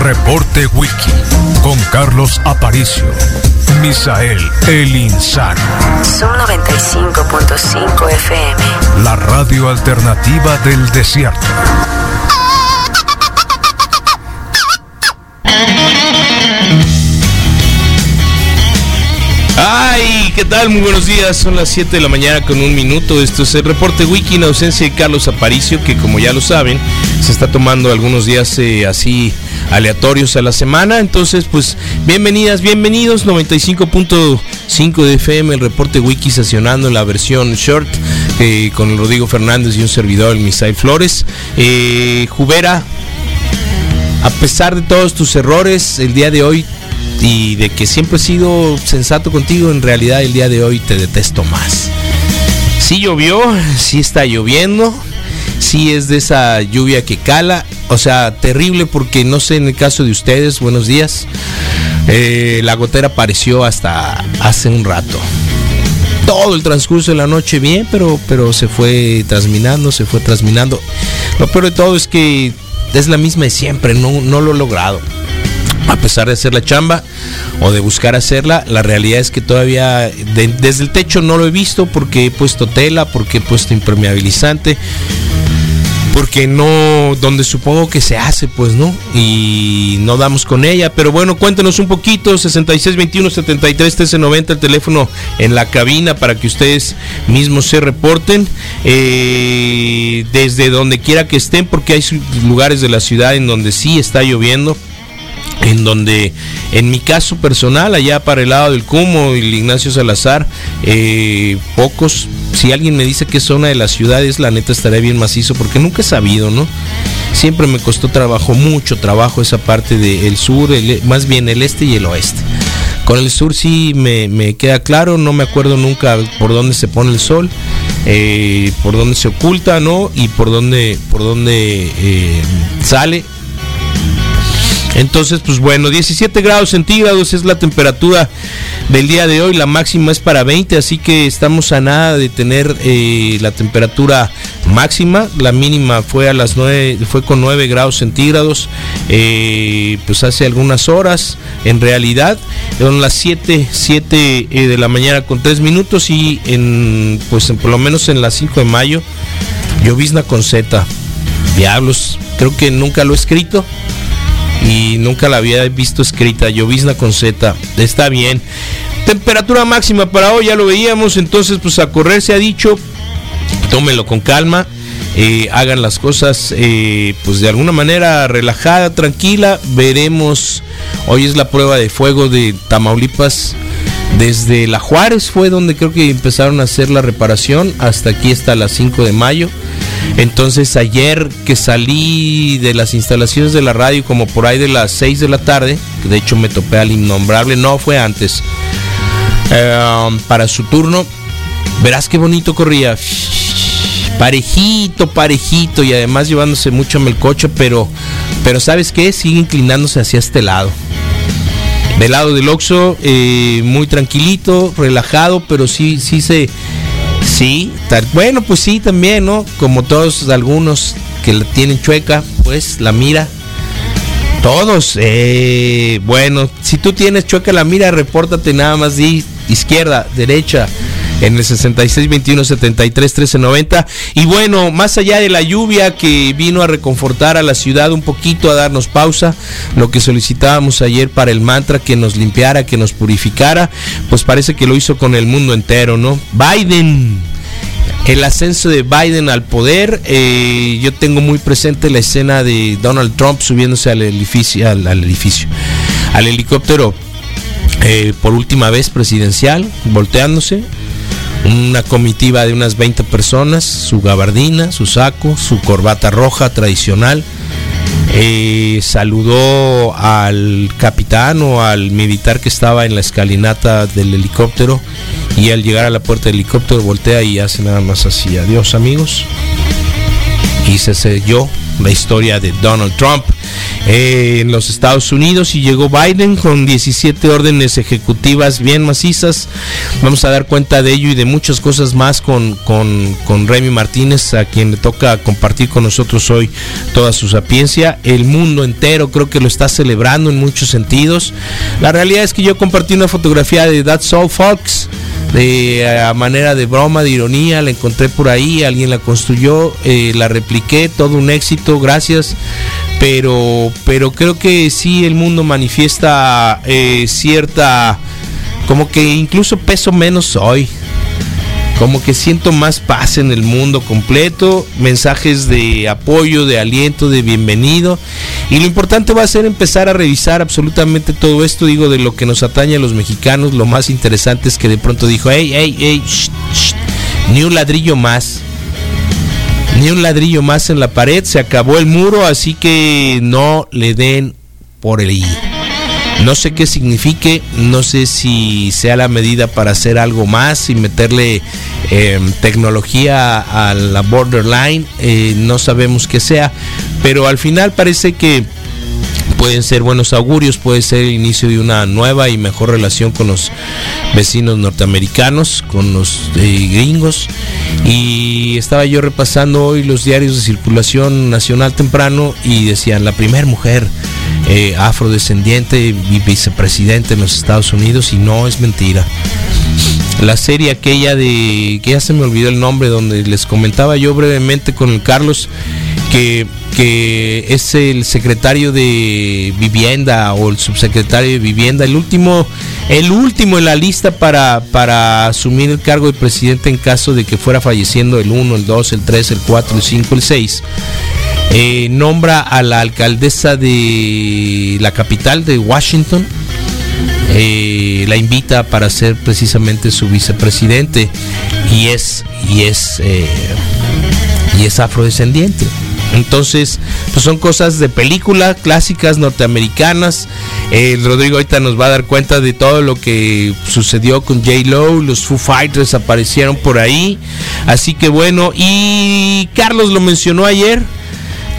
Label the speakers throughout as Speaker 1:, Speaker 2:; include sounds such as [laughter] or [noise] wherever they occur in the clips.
Speaker 1: Reporte Wiki con Carlos Aparicio. Misael El Insano.
Speaker 2: Son 95.5 FM.
Speaker 1: La radio alternativa del desierto.
Speaker 3: Ay, ¿qué tal? Muy buenos días. Son las 7 de la mañana con un minuto. Esto es el reporte wiki en ausencia de Carlos Aparicio, que como ya lo saben, se está tomando algunos días eh, así aleatorios a la semana. Entonces, pues, bienvenidas, bienvenidos. 95.5 de FM, el reporte wiki estacionando en la versión short eh, con Rodrigo Fernández y un servidor, el Misael Flores. Eh, Jubera, a pesar de todos tus errores, el día de hoy y de que siempre he sido sensato contigo, en realidad el día de hoy te detesto más. Sí llovió, sí está lloviendo, sí es de esa lluvia que cala, o sea, terrible porque no sé en el caso de ustedes, buenos días, eh, la gotera apareció hasta hace un rato. Todo el transcurso de la noche bien, pero, pero se fue trasminando, se fue trasminando. Lo peor de todo es que es la misma de siempre, no, no lo he logrado a pesar de hacer la chamba o de buscar hacerla, la realidad es que todavía de, desde el techo no lo he visto porque he puesto tela, porque he puesto impermeabilizante, porque no, donde supongo que se hace, pues no, y no damos con ella. Pero bueno, cuéntenos un poquito, 6621 73 1390, el teléfono en la cabina para que ustedes mismos se reporten, eh, desde donde quiera que estén, porque hay lugares de la ciudad en donde sí está lloviendo en donde en mi caso personal, allá para el lado del Cumo y el Ignacio Salazar, eh, pocos, si alguien me dice qué zona de las ciudades, la neta estaré bien macizo, porque nunca he sabido, ¿no? Siempre me costó trabajo, mucho trabajo esa parte del de sur, el, más bien el este y el oeste. Con el sur sí me, me, queda claro, no me acuerdo nunca por dónde se pone el sol, eh, por dónde se oculta, ¿no? Y por dónde, por dónde eh, sale. Entonces, pues bueno, 17 grados centígrados es la temperatura del día de hoy. La máxima es para 20, así que estamos a nada de tener eh, la temperatura máxima. La mínima fue a las 9, fue con 9 grados centígrados, eh, pues hace algunas horas. En realidad, son las 7, 7 eh, de la mañana con 3 minutos y en, pues en, por lo menos en las 5 de mayo, llovizna con Z. Diablos, creo que nunca lo he escrito y nunca la había visto escrita. Llovizna con Z, está bien. Temperatura máxima para hoy, ya lo veíamos, entonces pues a correr se ha dicho, tómenlo con calma. Eh, hagan las cosas eh, pues de alguna manera relajada, tranquila, veremos, hoy es la prueba de fuego de Tamaulipas, desde La Juárez fue donde creo que empezaron a hacer la reparación, hasta aquí está las 5 de mayo, entonces ayer que salí de las instalaciones de la radio como por ahí de las 6 de la tarde, que de hecho me topé al innombrable, no fue antes, eh, para su turno, verás qué bonito corría. Parejito, parejito y además llevándose mucho melcocho, pero, pero ¿sabes qué? Sigue inclinándose hacia este lado. Del lado del Oxxo, eh, muy tranquilito, relajado, pero sí, sí se, Sí, tal, bueno, pues sí, también, ¿no? Como todos algunos que la tienen chueca, pues la mira. Todos, eh, bueno, si tú tienes chueca la mira, repórtate nada más di izquierda, derecha, en el 66 21 73 13 90 y bueno más allá de la lluvia que vino a reconfortar a la ciudad un poquito a darnos pausa lo que solicitábamos ayer para el mantra que nos limpiara que nos purificara pues parece que lo hizo con el mundo entero no Biden el ascenso de Biden al poder. Eh, yo tengo muy presente la escena de Donald Trump subiéndose al edificio, al, al edificio, al helicóptero eh, por última vez presidencial, volteándose, una comitiva de unas 20 personas, su gabardina, su saco, su corbata roja tradicional, eh, saludó al capitán o al militar que estaba en la escalinata del helicóptero y al llegar a la puerta del helicóptero voltea y hace nada más así, adiós amigos. Y se selló la historia de Donald Trump eh, en los Estados Unidos y llegó Biden con 17 órdenes ejecutivas bien macizas. Vamos a dar cuenta de ello y de muchas cosas más con, con, con Remy Martínez, a quien le toca compartir con nosotros hoy toda su sapiencia. El mundo entero creo que lo está celebrando en muchos sentidos. La realidad es que yo compartí una fotografía de That's All Fox de eh, a manera de broma, de ironía, la encontré por ahí, alguien la construyó, eh, la repliqué, todo un éxito, gracias. Pero, pero creo que sí el mundo manifiesta eh, cierta, como que incluso peso menos hoy. Como que siento más paz en el mundo completo, mensajes de apoyo, de aliento, de bienvenido. Y lo importante va a ser empezar a revisar absolutamente todo esto, digo, de lo que nos atañe a los mexicanos. Lo más interesante es que de pronto dijo, hey, hey, hey, shh, shh, ni un ladrillo más. Ni un ladrillo más en la pared, se acabó el muro, así que no le den por el i. No sé qué signifique, no sé si sea la medida para hacer algo más y meterle eh, tecnología a la borderline, eh, no sabemos qué sea, pero al final parece que pueden ser buenos augurios, puede ser el inicio de una nueva y mejor relación con los vecinos norteamericanos, con los eh, gringos. Y estaba yo repasando hoy los diarios de circulación nacional temprano y decían, la primera mujer eh, afrodescendiente y vicepresidente en los Estados Unidos, y no es mentira. La serie aquella de, que ya se me olvidó el nombre, donde les comentaba yo brevemente con el Carlos, que, que es el secretario de vivienda o el subsecretario de vivienda, el último, el último en la lista para, para asumir el cargo de presidente en caso de que fuera falleciendo el 1, el 2, el 3, el 4, el 5, el 6. Eh, nombra a la alcaldesa de la capital de Washington, eh, la invita para ser precisamente su vicepresidente y es y es eh, y es afrodescendiente. Entonces, pues son cosas de película, clásicas norteamericanas. El Rodrigo ahorita nos va a dar cuenta de todo lo que sucedió con J. Lo, los Foo Fighters aparecieron por ahí. Así que bueno, y Carlos lo mencionó ayer,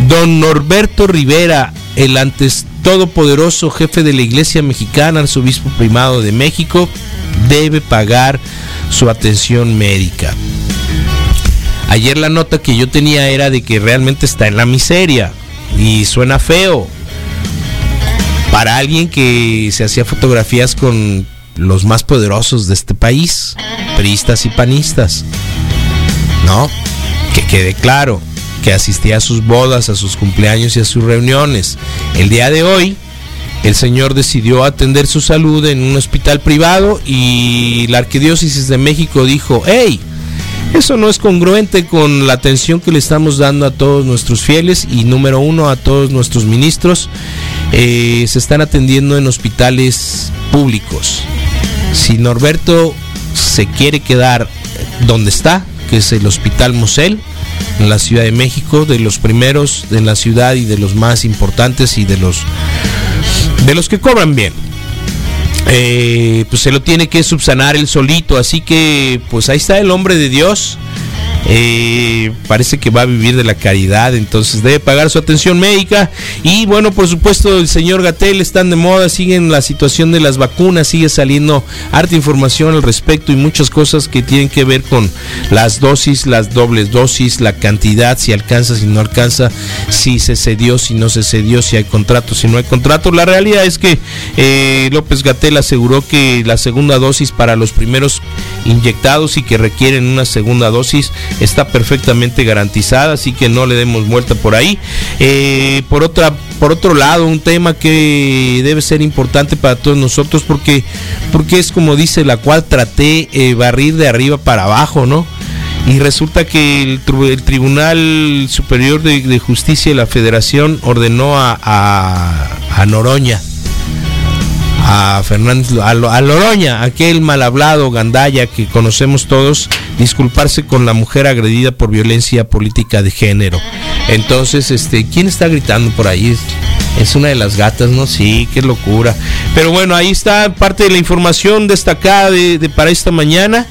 Speaker 3: don Norberto Rivera, el antes todopoderoso jefe de la Iglesia Mexicana, arzobispo primado de México, debe pagar su atención médica. Ayer la nota que yo tenía era de que realmente está en la miseria y suena feo. Para alguien que se hacía fotografías con los más poderosos de este país, priistas y panistas. ¿No? Que quede claro que asistía a sus bodas, a sus cumpleaños y a sus reuniones. El día de hoy, el señor decidió atender su salud en un hospital privado y la Arquidiócesis de México dijo, hey, eso no es congruente con la atención que le estamos dando a todos nuestros fieles y número uno a todos nuestros ministros. Eh, se están atendiendo en hospitales públicos. Si Norberto se quiere quedar donde está, que es el Hospital Mosel, en la Ciudad de México, de los primeros de la ciudad y de los más importantes y de los de los que cobran bien. Eh, pues se lo tiene que subsanar él solito, así que pues ahí está el hombre de Dios. Eh, parece que va a vivir de la caridad, entonces debe pagar su atención médica. Y bueno, por supuesto, el señor Gatel están de moda, siguen la situación de las vacunas, sigue saliendo harta información al respecto y muchas cosas que tienen que ver con las dosis, las dobles dosis, la cantidad, si alcanza, si no alcanza, si se cedió, si no se cedió, si hay contrato, si no hay contrato. La realidad es que eh, López Gatel aseguró que la segunda dosis para los primeros inyectados y que requieren una segunda dosis está perfectamente garantizada, así que no le demos vuelta por ahí. Eh, por, otra, por otro lado, un tema que debe ser importante para todos nosotros porque, porque es como dice la cual traté eh, barrir de arriba para abajo, ¿no? Y resulta que el, el Tribunal Superior de, de, Justicia de la Federación ordenó a, a, a Noroña a Fernández, a, Lo- a Loroña, aquel mal hablado gandalla que conocemos todos, disculparse con la mujer agredida por violencia política de género. Entonces, este, ¿quién está gritando por ahí? Es- Es una de las gatas, ¿no? Sí, qué locura. Pero bueno, ahí está parte de la información destacada de, de para esta mañana.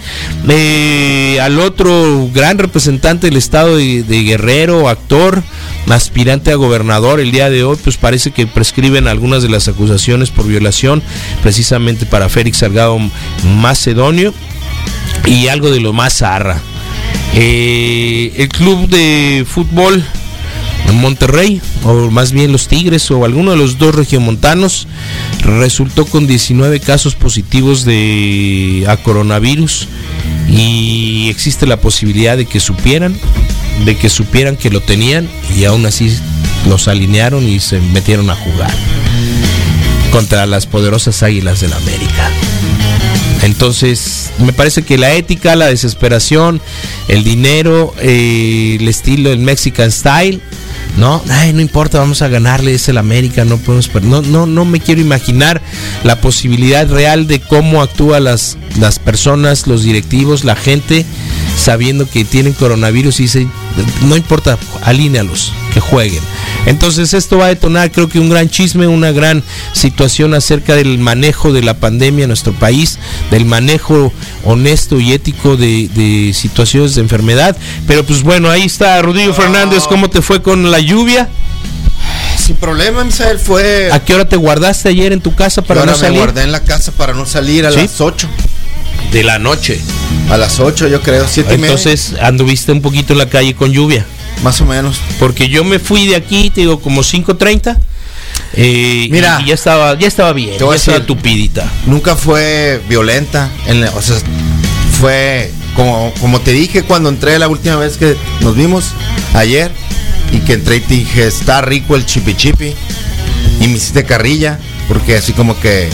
Speaker 3: Eh, al otro gran representante del estado de, de Guerrero, actor, aspirante a gobernador el día de hoy, pues parece que prescriben algunas de las acusaciones por violación, precisamente para Félix Salgado Macedonio y algo de lo más zarra. Eh, el club de fútbol Monterrey, o más bien los Tigres, o alguno de los dos regiomontanos, resultó con 19 casos positivos de a coronavirus y existe la posibilidad de que supieran, de que supieran que lo tenían y aún así los alinearon y se metieron a jugar contra las poderosas Águilas del América. Entonces, me parece que la ética, la desesperación, el dinero, eh, el estilo, el Mexican style, no, ay, no importa, vamos a ganarle, es el América, no podemos perder. No, no, no me quiero imaginar la posibilidad real de cómo actúan las, las personas, los directivos, la gente, sabiendo que tienen coronavirus y dicen, no importa, alínealos, que jueguen. Entonces esto va a detonar creo que un gran chisme, una gran situación acerca del manejo de la pandemia en nuestro país, del manejo honesto y ético de, de situaciones de enfermedad. Pero pues bueno, ahí está Rodrigo Fernández, ¿cómo te fue con la lluvia?
Speaker 4: Sin problema, Misael, fue...
Speaker 3: ¿A qué hora te guardaste ayer en tu casa para
Speaker 4: Yo
Speaker 3: Ah, no
Speaker 4: ahora me
Speaker 3: salir?
Speaker 4: guardé en la casa para no salir a
Speaker 3: ¿Sí?
Speaker 4: las 8.
Speaker 3: De la noche.
Speaker 4: A las 8 yo creo, 7 y media.
Speaker 3: Entonces anduviste un poquito en la calle con lluvia.
Speaker 4: Más o menos.
Speaker 3: Porque yo me fui de aquí, te digo, como 5.30. eh,
Speaker 4: Mira.
Speaker 3: y, y ya estaba, ya estaba bien,
Speaker 4: Te voy
Speaker 3: ya
Speaker 4: a
Speaker 3: estaba
Speaker 4: decir.
Speaker 3: tupidita.
Speaker 4: Nunca fue violenta. en la- o sea, fue como, como te dije cuando entré la última vez que nos vimos, ayer, y que entré y te dije, está rico el chipi chipi. Y me hiciste carrilla, porque así como que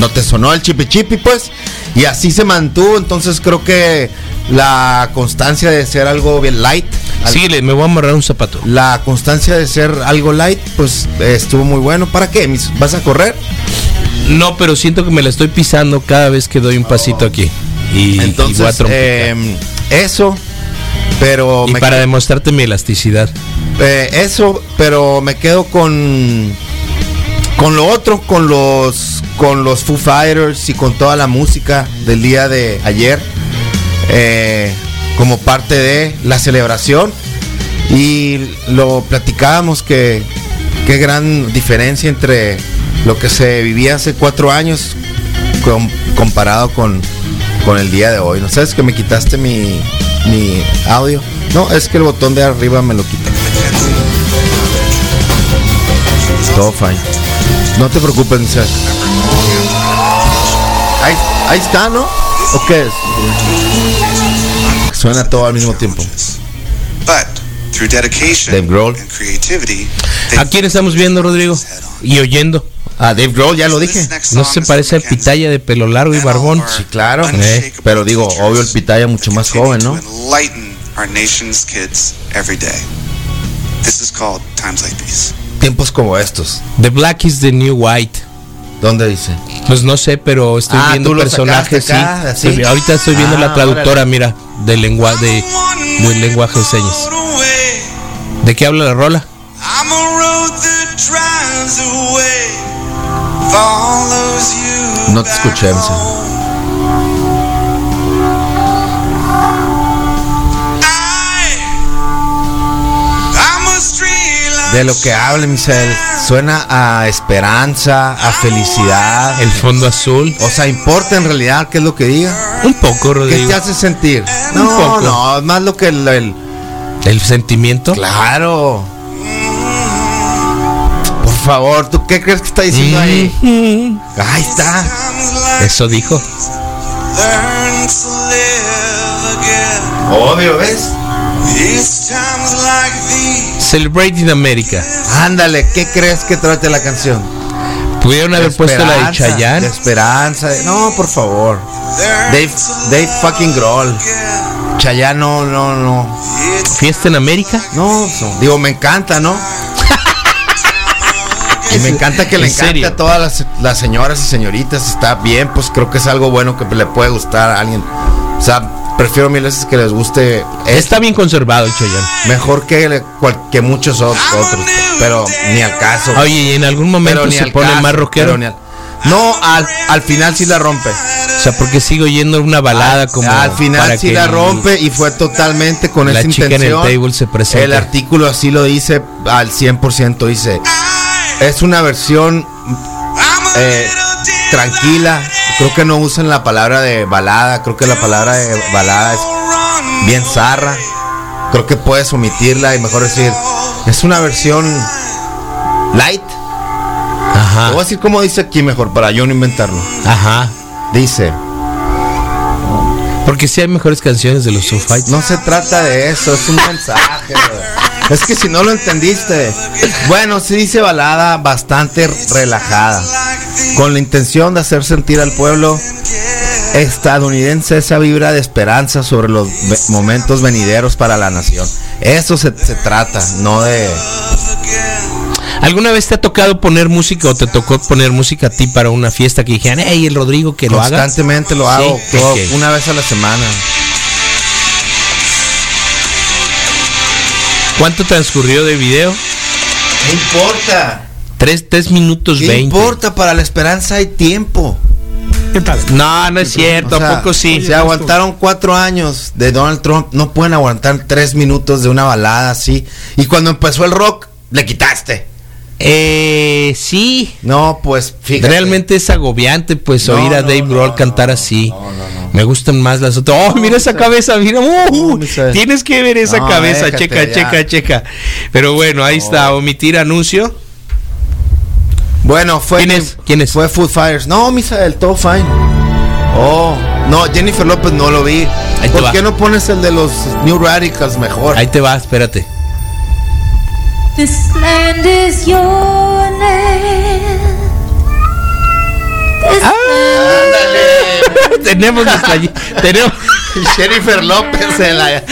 Speaker 4: no te sonó el chipi chipi, pues. Y así se mantuvo, entonces creo que la constancia de ser algo bien light. al-
Speaker 3: Síguele, me voy a amarrar un zapato.
Speaker 4: la constancia de ser algo light, pues eh, estuvo muy bueno. ¿Para qué? mis? ¿Vas a correr?
Speaker 3: No, pero siento que me la estoy pisando cada vez que doy un pasito aquí. Y, y voy a
Speaker 4: Entonces,
Speaker 3: trompetar.
Speaker 4: eh, eso, pero
Speaker 3: Y
Speaker 4: me-
Speaker 3: para demostrarte mi elasticidad.
Speaker 4: eh, eso, pero me quedo con con lo otro, con los con los Foo Fighters y con toda la música del día de ayer, eh, como parte de la celebración y lo platicábamos que qué gran diferencia entre lo que se vivía hace cuatro años com- comparado con, con el día de hoy. ¿No sabes que me quitaste mi, mi audio? No, es que el botón de arriba me lo quité. Todo fine. No te preocupes, Michelle. Ahí, ahí está, ¿no? ¿O qué es? Suena todo al mismo tiempo.
Speaker 5: But through dedication
Speaker 4: Dave Grohl.
Speaker 5: and creativity, they
Speaker 3: ¿A quién estamos viendo, Rodrigo? Y oyendo.
Speaker 4: Ah, Dave Grohl, ya lo dije.
Speaker 5: This next
Speaker 3: No
Speaker 5: song
Speaker 3: se
Speaker 5: is
Speaker 3: parece a
Speaker 5: Mackenzie.
Speaker 3: Pitaya de pelo largo y
Speaker 5: And
Speaker 3: barbón.
Speaker 5: all
Speaker 4: Sí, claro.
Speaker 5: unshakable
Speaker 4: Eh, pero digo,
Speaker 5: teachers
Speaker 4: obvio, el Pitaya mucho
Speaker 5: that
Speaker 4: más
Speaker 5: continue
Speaker 4: joven, ¿no?
Speaker 5: to enlighten our nation's kids every day. This is called Times Like These.
Speaker 4: Tiempos como estos.
Speaker 3: The Black is the New White.
Speaker 4: ¿Dónde dice?
Speaker 3: Pues no sé, pero estoy
Speaker 4: Ah,
Speaker 3: viendo
Speaker 4: tú lo
Speaker 3: personajes.
Speaker 4: sacaste acá,
Speaker 3: sí.
Speaker 4: así.
Speaker 3: Estoy- Ahorita estoy viendo
Speaker 4: Ah,
Speaker 3: la traductora, mira, del lenguaje de, del lenguaje de señas. ¿De qué habla la rola?
Speaker 5: I'm a road that drives away, follows you
Speaker 4: No te
Speaker 5: back
Speaker 4: escuché, Emsa.
Speaker 5: home. I- I'm a streetlight
Speaker 4: De lo que habla, Michelle. Suena a esperanza, a felicidad.
Speaker 3: El fondo azul.
Speaker 4: O sea, importa en realidad qué es lo que diga.
Speaker 3: Un poco,
Speaker 4: ¿Qué
Speaker 3: Rodrigo.
Speaker 4: te hace sentir?
Speaker 3: Un poco.
Speaker 4: No, no, es más lo que el- el
Speaker 3: El sentimiento.
Speaker 4: Claro. Por favor, ¿tú qué crees que está diciendo ahí? Ahí está.
Speaker 5: times like
Speaker 3: Eso dijo.
Speaker 5: learn to live again.
Speaker 4: Obvio, ¿ves?
Speaker 5: It's times like these.
Speaker 3: Celebrating America.
Speaker 4: Ándale, ¿qué crees que trate la canción?
Speaker 3: Pudieron haber puesto la de
Speaker 4: Esperanza, de
Speaker 3: Chayanne.
Speaker 4: esperanza. de- No, por favor. Dave, Dave fucking Grohl. Chayanne, no, no, no.
Speaker 3: Fiesta en América. [laughs]
Speaker 4: No, no. digo, me encanta, ¿no? Y me encanta que le
Speaker 3: En
Speaker 4: encante
Speaker 3: serio.
Speaker 4: a todas las, las señoras y señoritas. Está bien, pues creo que es algo bueno que le puede gustar a alguien. O sea, prefiero mil veces que les guste
Speaker 3: Está bien conservado el Chayanne.
Speaker 4: mejor que, le- cual- que muchos ot- otros. Pero ni al caso.
Speaker 3: Oye, y en algún momento
Speaker 4: pero ni
Speaker 3: se
Speaker 4: al
Speaker 3: pone
Speaker 4: caso,
Speaker 3: más rockero.
Speaker 4: pero ni al- no, al, al final sí la rompe.
Speaker 3: O sea, porque sigo oyendo una balada como.
Speaker 4: Ah, al final
Speaker 3: para
Speaker 4: sí
Speaker 3: que
Speaker 4: la
Speaker 3: el-
Speaker 4: rompe y fue totalmente con
Speaker 3: La
Speaker 4: esa
Speaker 3: chica en el
Speaker 4: intención.
Speaker 3: table se presenta.
Speaker 4: El artículo así lo dice al 100%. Dice, es una versión eh, tranquila. Creo que no usan la palabra de balada. Creo que la palabra de balada es bien zarra. Creo que puedes omitirla y mejor decir, es una versión light. Te
Speaker 3: Ajá.
Speaker 4: voy a decir cómo dice aquí mejor para yo no inventarlo.
Speaker 3: Ah. Ajá.
Speaker 4: Dice,
Speaker 3: Porque sí hay mejores canciones de los Foo Fighters.
Speaker 4: Oh. no se trata de eso, es un mensaje. bro. es que si no lo entendiste. Bueno, sí dice balada bastante relajada, con la intención de hacer sentir al pueblo estadounidense esa vibra de esperanza sobre los ve- momentos venideros para la nación. Eso se, se trata, no de...
Speaker 3: ¿Alguna vez te ha tocado poner música o te tocó poner música a ti para una fiesta que dijeran, hey, el Rodrigo que lo haga?
Speaker 4: Constantemente lo hago,
Speaker 3: Sí,
Speaker 4: todo-
Speaker 3: ok.
Speaker 4: una vez a la semana.
Speaker 3: ¿Cuánto transcurrió de video?
Speaker 4: No importa.
Speaker 3: Tres, tres minutos
Speaker 4: ¿Qué
Speaker 3: veinte.
Speaker 4: importa? Para la esperanza hay tiempo.
Speaker 6: ¿Qué tal?
Speaker 3: No, no es cierto,
Speaker 4: O sea,
Speaker 3: ¿a poco sí?
Speaker 4: Se aguantaron cuatro años de Donald Trump. No pueden aguantar tres minutos de una balada así. Y cuando empezó el rock, le quitaste.
Speaker 3: Eh, sí.
Speaker 4: No, pues fíjate.
Speaker 3: Realmente es agobiante, pues,
Speaker 4: No,
Speaker 3: oír a
Speaker 4: no,
Speaker 3: Dave
Speaker 4: no,
Speaker 3: Grohl
Speaker 4: no,
Speaker 3: cantar
Speaker 4: no,
Speaker 3: así.
Speaker 4: no, no, no.
Speaker 3: Me gustan más las otras. ¡Oh, mira esa cabeza! Mira, ¡Uh!
Speaker 4: mi ser.
Speaker 3: tienes que ver esa
Speaker 4: No,
Speaker 3: cabeza.
Speaker 4: déjate,
Speaker 3: checa,
Speaker 4: ya.
Speaker 3: checa, checa. Pero bueno, ahí está. Omitir anuncio.
Speaker 4: Bueno, fue.
Speaker 3: ¿Quién es? ¿Quién es?
Speaker 4: Fue Food Fires. No, Misael, todo fine. Oh, no, Jennifer López no lo vi.
Speaker 3: Ahí te
Speaker 4: ¿Por
Speaker 3: va.
Speaker 4: qué no pones el de los New Radicals mejor?
Speaker 3: Ahí te va, espérate.
Speaker 7: This land is your land. This land
Speaker 3: [laughs] tenemos nuestra.
Speaker 4: [laughs]
Speaker 3: tenemos.
Speaker 4: [laughs] Jennifer López en la.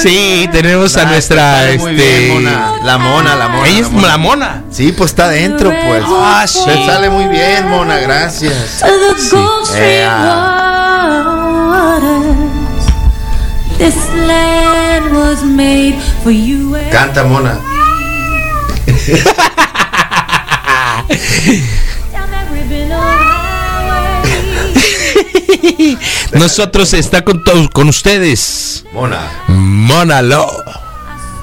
Speaker 3: Sí, tenemos a
Speaker 4: Ah,
Speaker 3: nuestra.
Speaker 4: está
Speaker 3: Este,
Speaker 4: muy bien, mona. La mona, la mona.
Speaker 3: Ella es la mona.
Speaker 4: Sí, pues está adentro, pues.
Speaker 7: Ah,
Speaker 3: sí.
Speaker 4: Te sale muy bien, mona, gracias.
Speaker 7: of the Gulf Stream waters. This land was made for you and
Speaker 4: Canta, mona.
Speaker 7: down every bend of highway.
Speaker 3: Nosotros está con todos, con ustedes.
Speaker 4: Mona.
Speaker 3: Mona Lo.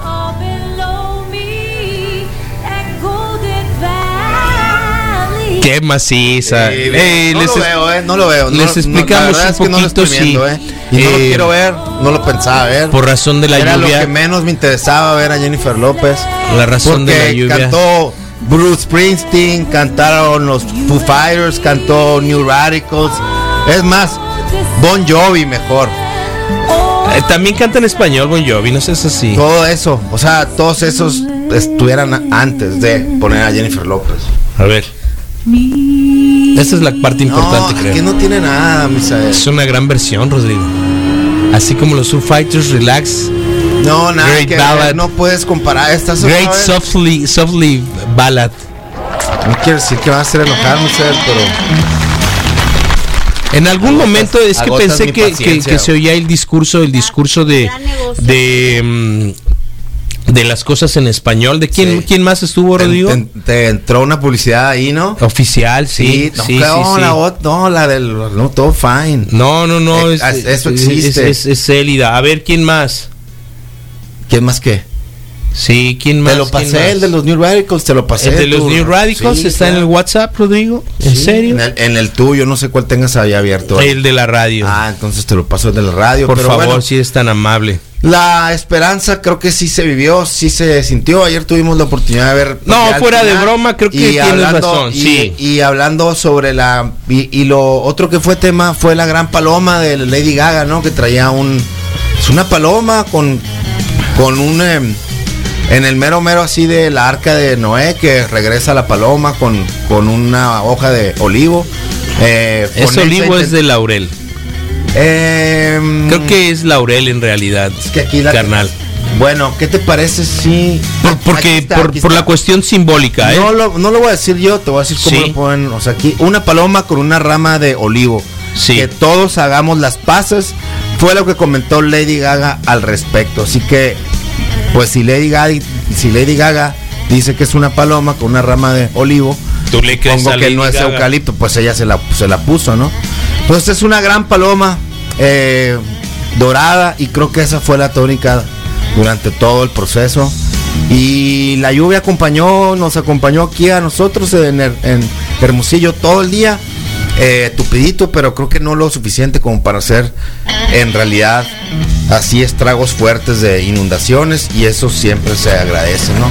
Speaker 7: All below me, that golden valley.
Speaker 3: Qué maciza. Eh,
Speaker 4: no
Speaker 3: les
Speaker 4: lo
Speaker 3: es-
Speaker 4: veo, eh, no lo veo. No-
Speaker 3: les
Speaker 4: no,
Speaker 3: explicamos
Speaker 4: la verdad
Speaker 3: un
Speaker 4: es que no lo
Speaker 3: poquito,
Speaker 4: estoy viendo,
Speaker 3: sí.
Speaker 4: eh. Y no lo
Speaker 3: Eh,
Speaker 4: quiero ver, no lo pensaba ver.
Speaker 3: Por razón de la
Speaker 4: Era lo que
Speaker 3: lluvia.
Speaker 4: menos me interesaba ver a Jennifer López.
Speaker 3: La razón de la
Speaker 4: Porque
Speaker 3: lluvia.
Speaker 4: cantó Bruce Springsteen, cantaron los Foo Fighters, cantó New Radicals. Es más, Bon Jovi mejor.
Speaker 3: Eh, También canta en español, Bon Jovi, no sé si es así.
Speaker 4: Todo eso, o sea, todos esos estuvieran a- antes de poner a Jennifer López.
Speaker 3: A ver. Esa es la parte importante,
Speaker 4: no,
Speaker 3: creo.
Speaker 4: que no tiene nada, Misael.
Speaker 3: Es una gran versión, Rodrigo. Así como los Foo Fighters, Relax,
Speaker 4: No, nada
Speaker 3: Great
Speaker 4: que ver,
Speaker 3: ballad.
Speaker 4: no puedes comparar estas otra
Speaker 3: Great
Speaker 4: vez.
Speaker 3: Softly, Softly Ballad.
Speaker 4: No quiero decir que me va a hacer enojar, Misael, pero
Speaker 3: En algún
Speaker 4: Agotas-
Speaker 3: momento es que
Speaker 4: agotas
Speaker 3: pensé
Speaker 4: mi
Speaker 3: que, que,
Speaker 4: paciencia,
Speaker 3: que se
Speaker 4: güey.
Speaker 3: oía el discurso, el discurso de de, mm, de las cosas en español. ¿De quién,
Speaker 4: Sí.
Speaker 3: quién más estuvo, Rodrigo?
Speaker 4: te, te- te entró una publicidad ahí, ¿no?
Speaker 3: Oficial, sí,
Speaker 4: no,
Speaker 3: sí, sí,
Speaker 4: claro,
Speaker 3: sí.
Speaker 4: la ot- no, la del no todo fine.
Speaker 3: No, no, no.
Speaker 4: Eh,
Speaker 3: es,
Speaker 4: as- eso
Speaker 3: es-
Speaker 4: existe.
Speaker 3: Es, es, es Elida. A ver, ¿quién más?
Speaker 4: ¿Quién más qué?
Speaker 3: Sí, ¿quién más?
Speaker 4: Te lo
Speaker 3: ¿Quién
Speaker 4: pasé, el
Speaker 3: más?
Speaker 4: de los New Radicals, te lo pasé.
Speaker 3: El de los
Speaker 4: tú,
Speaker 3: New
Speaker 4: ¿no?
Speaker 3: Radicals
Speaker 4: Sí,
Speaker 3: está en el
Speaker 4: claro.
Speaker 3: WhatsApp, Rodrigo. ¿En
Speaker 4: Sí,
Speaker 3: serio?
Speaker 4: En el, en el tuyo, no sé cuál tengas ahí abierto.
Speaker 3: El de la radio.
Speaker 4: Ah, entonces te lo paso el de la radio.
Speaker 3: Por
Speaker 4: pero
Speaker 3: favor,
Speaker 4: bueno,
Speaker 3: si es tan amable.
Speaker 4: La esperanza creo que sí se vivió, sí se sintió. Ayer tuvimos la oportunidad de ver.
Speaker 3: No,
Speaker 4: porque al
Speaker 3: fuera de broma, creo que tienes razón,
Speaker 4: y-
Speaker 3: sí.
Speaker 4: Y hablando sobre la. Y, y lo otro que fue tema fue la gran paloma de Lady Gaga, ¿no? Que traía un. Es una paloma con. Con un. em, en el mero mero así de la arca de Noé, que regresa la paloma con, con una hoja de olivo. Eh, con
Speaker 3: Ese
Speaker 4: esa em,
Speaker 3: olivo es
Speaker 4: inten-
Speaker 3: de Laurel.
Speaker 4: Em,
Speaker 3: Creo que es Laurel en realidad.
Speaker 4: que aquí la
Speaker 3: carnal.
Speaker 4: Bueno, ¿qué te parece si...
Speaker 3: Por, porque,
Speaker 4: Aquí está,
Speaker 3: por,
Speaker 4: aquí
Speaker 3: por
Speaker 4: está.
Speaker 3: la cuestión simbólica, ¿eh?
Speaker 4: No lo, no lo voy a decir yo, te voy a decir cómo
Speaker 3: Sí.
Speaker 4: lo ponen. O sea, aquí una paloma con una rama de olivo.
Speaker 3: Sí.
Speaker 4: Que todos hagamos las paces. Fue lo que comentó Lady Gaga al respecto. Así que, pues si Lady Gaga, si Lady Gaga dice que es una paloma con una rama de olivo,
Speaker 3: Tú le crees
Speaker 4: pongo
Speaker 3: a
Speaker 4: que
Speaker 3: Lady
Speaker 4: no es
Speaker 3: Gaga.
Speaker 4: eucalipto, pues ella se la, se la puso, ¿no? Entonces es una gran paloma eh, dorada y creo que esa fue la tónica durante todo el proceso. Y la lluvia acompañó, nos acompañó aquí a nosotros en, Her- en Hermosillo todo el día, eh, tupidito, pero creo que no lo suficiente como para hacer en realidad así estragos fuertes de inundaciones y eso siempre se agradece, ¿no?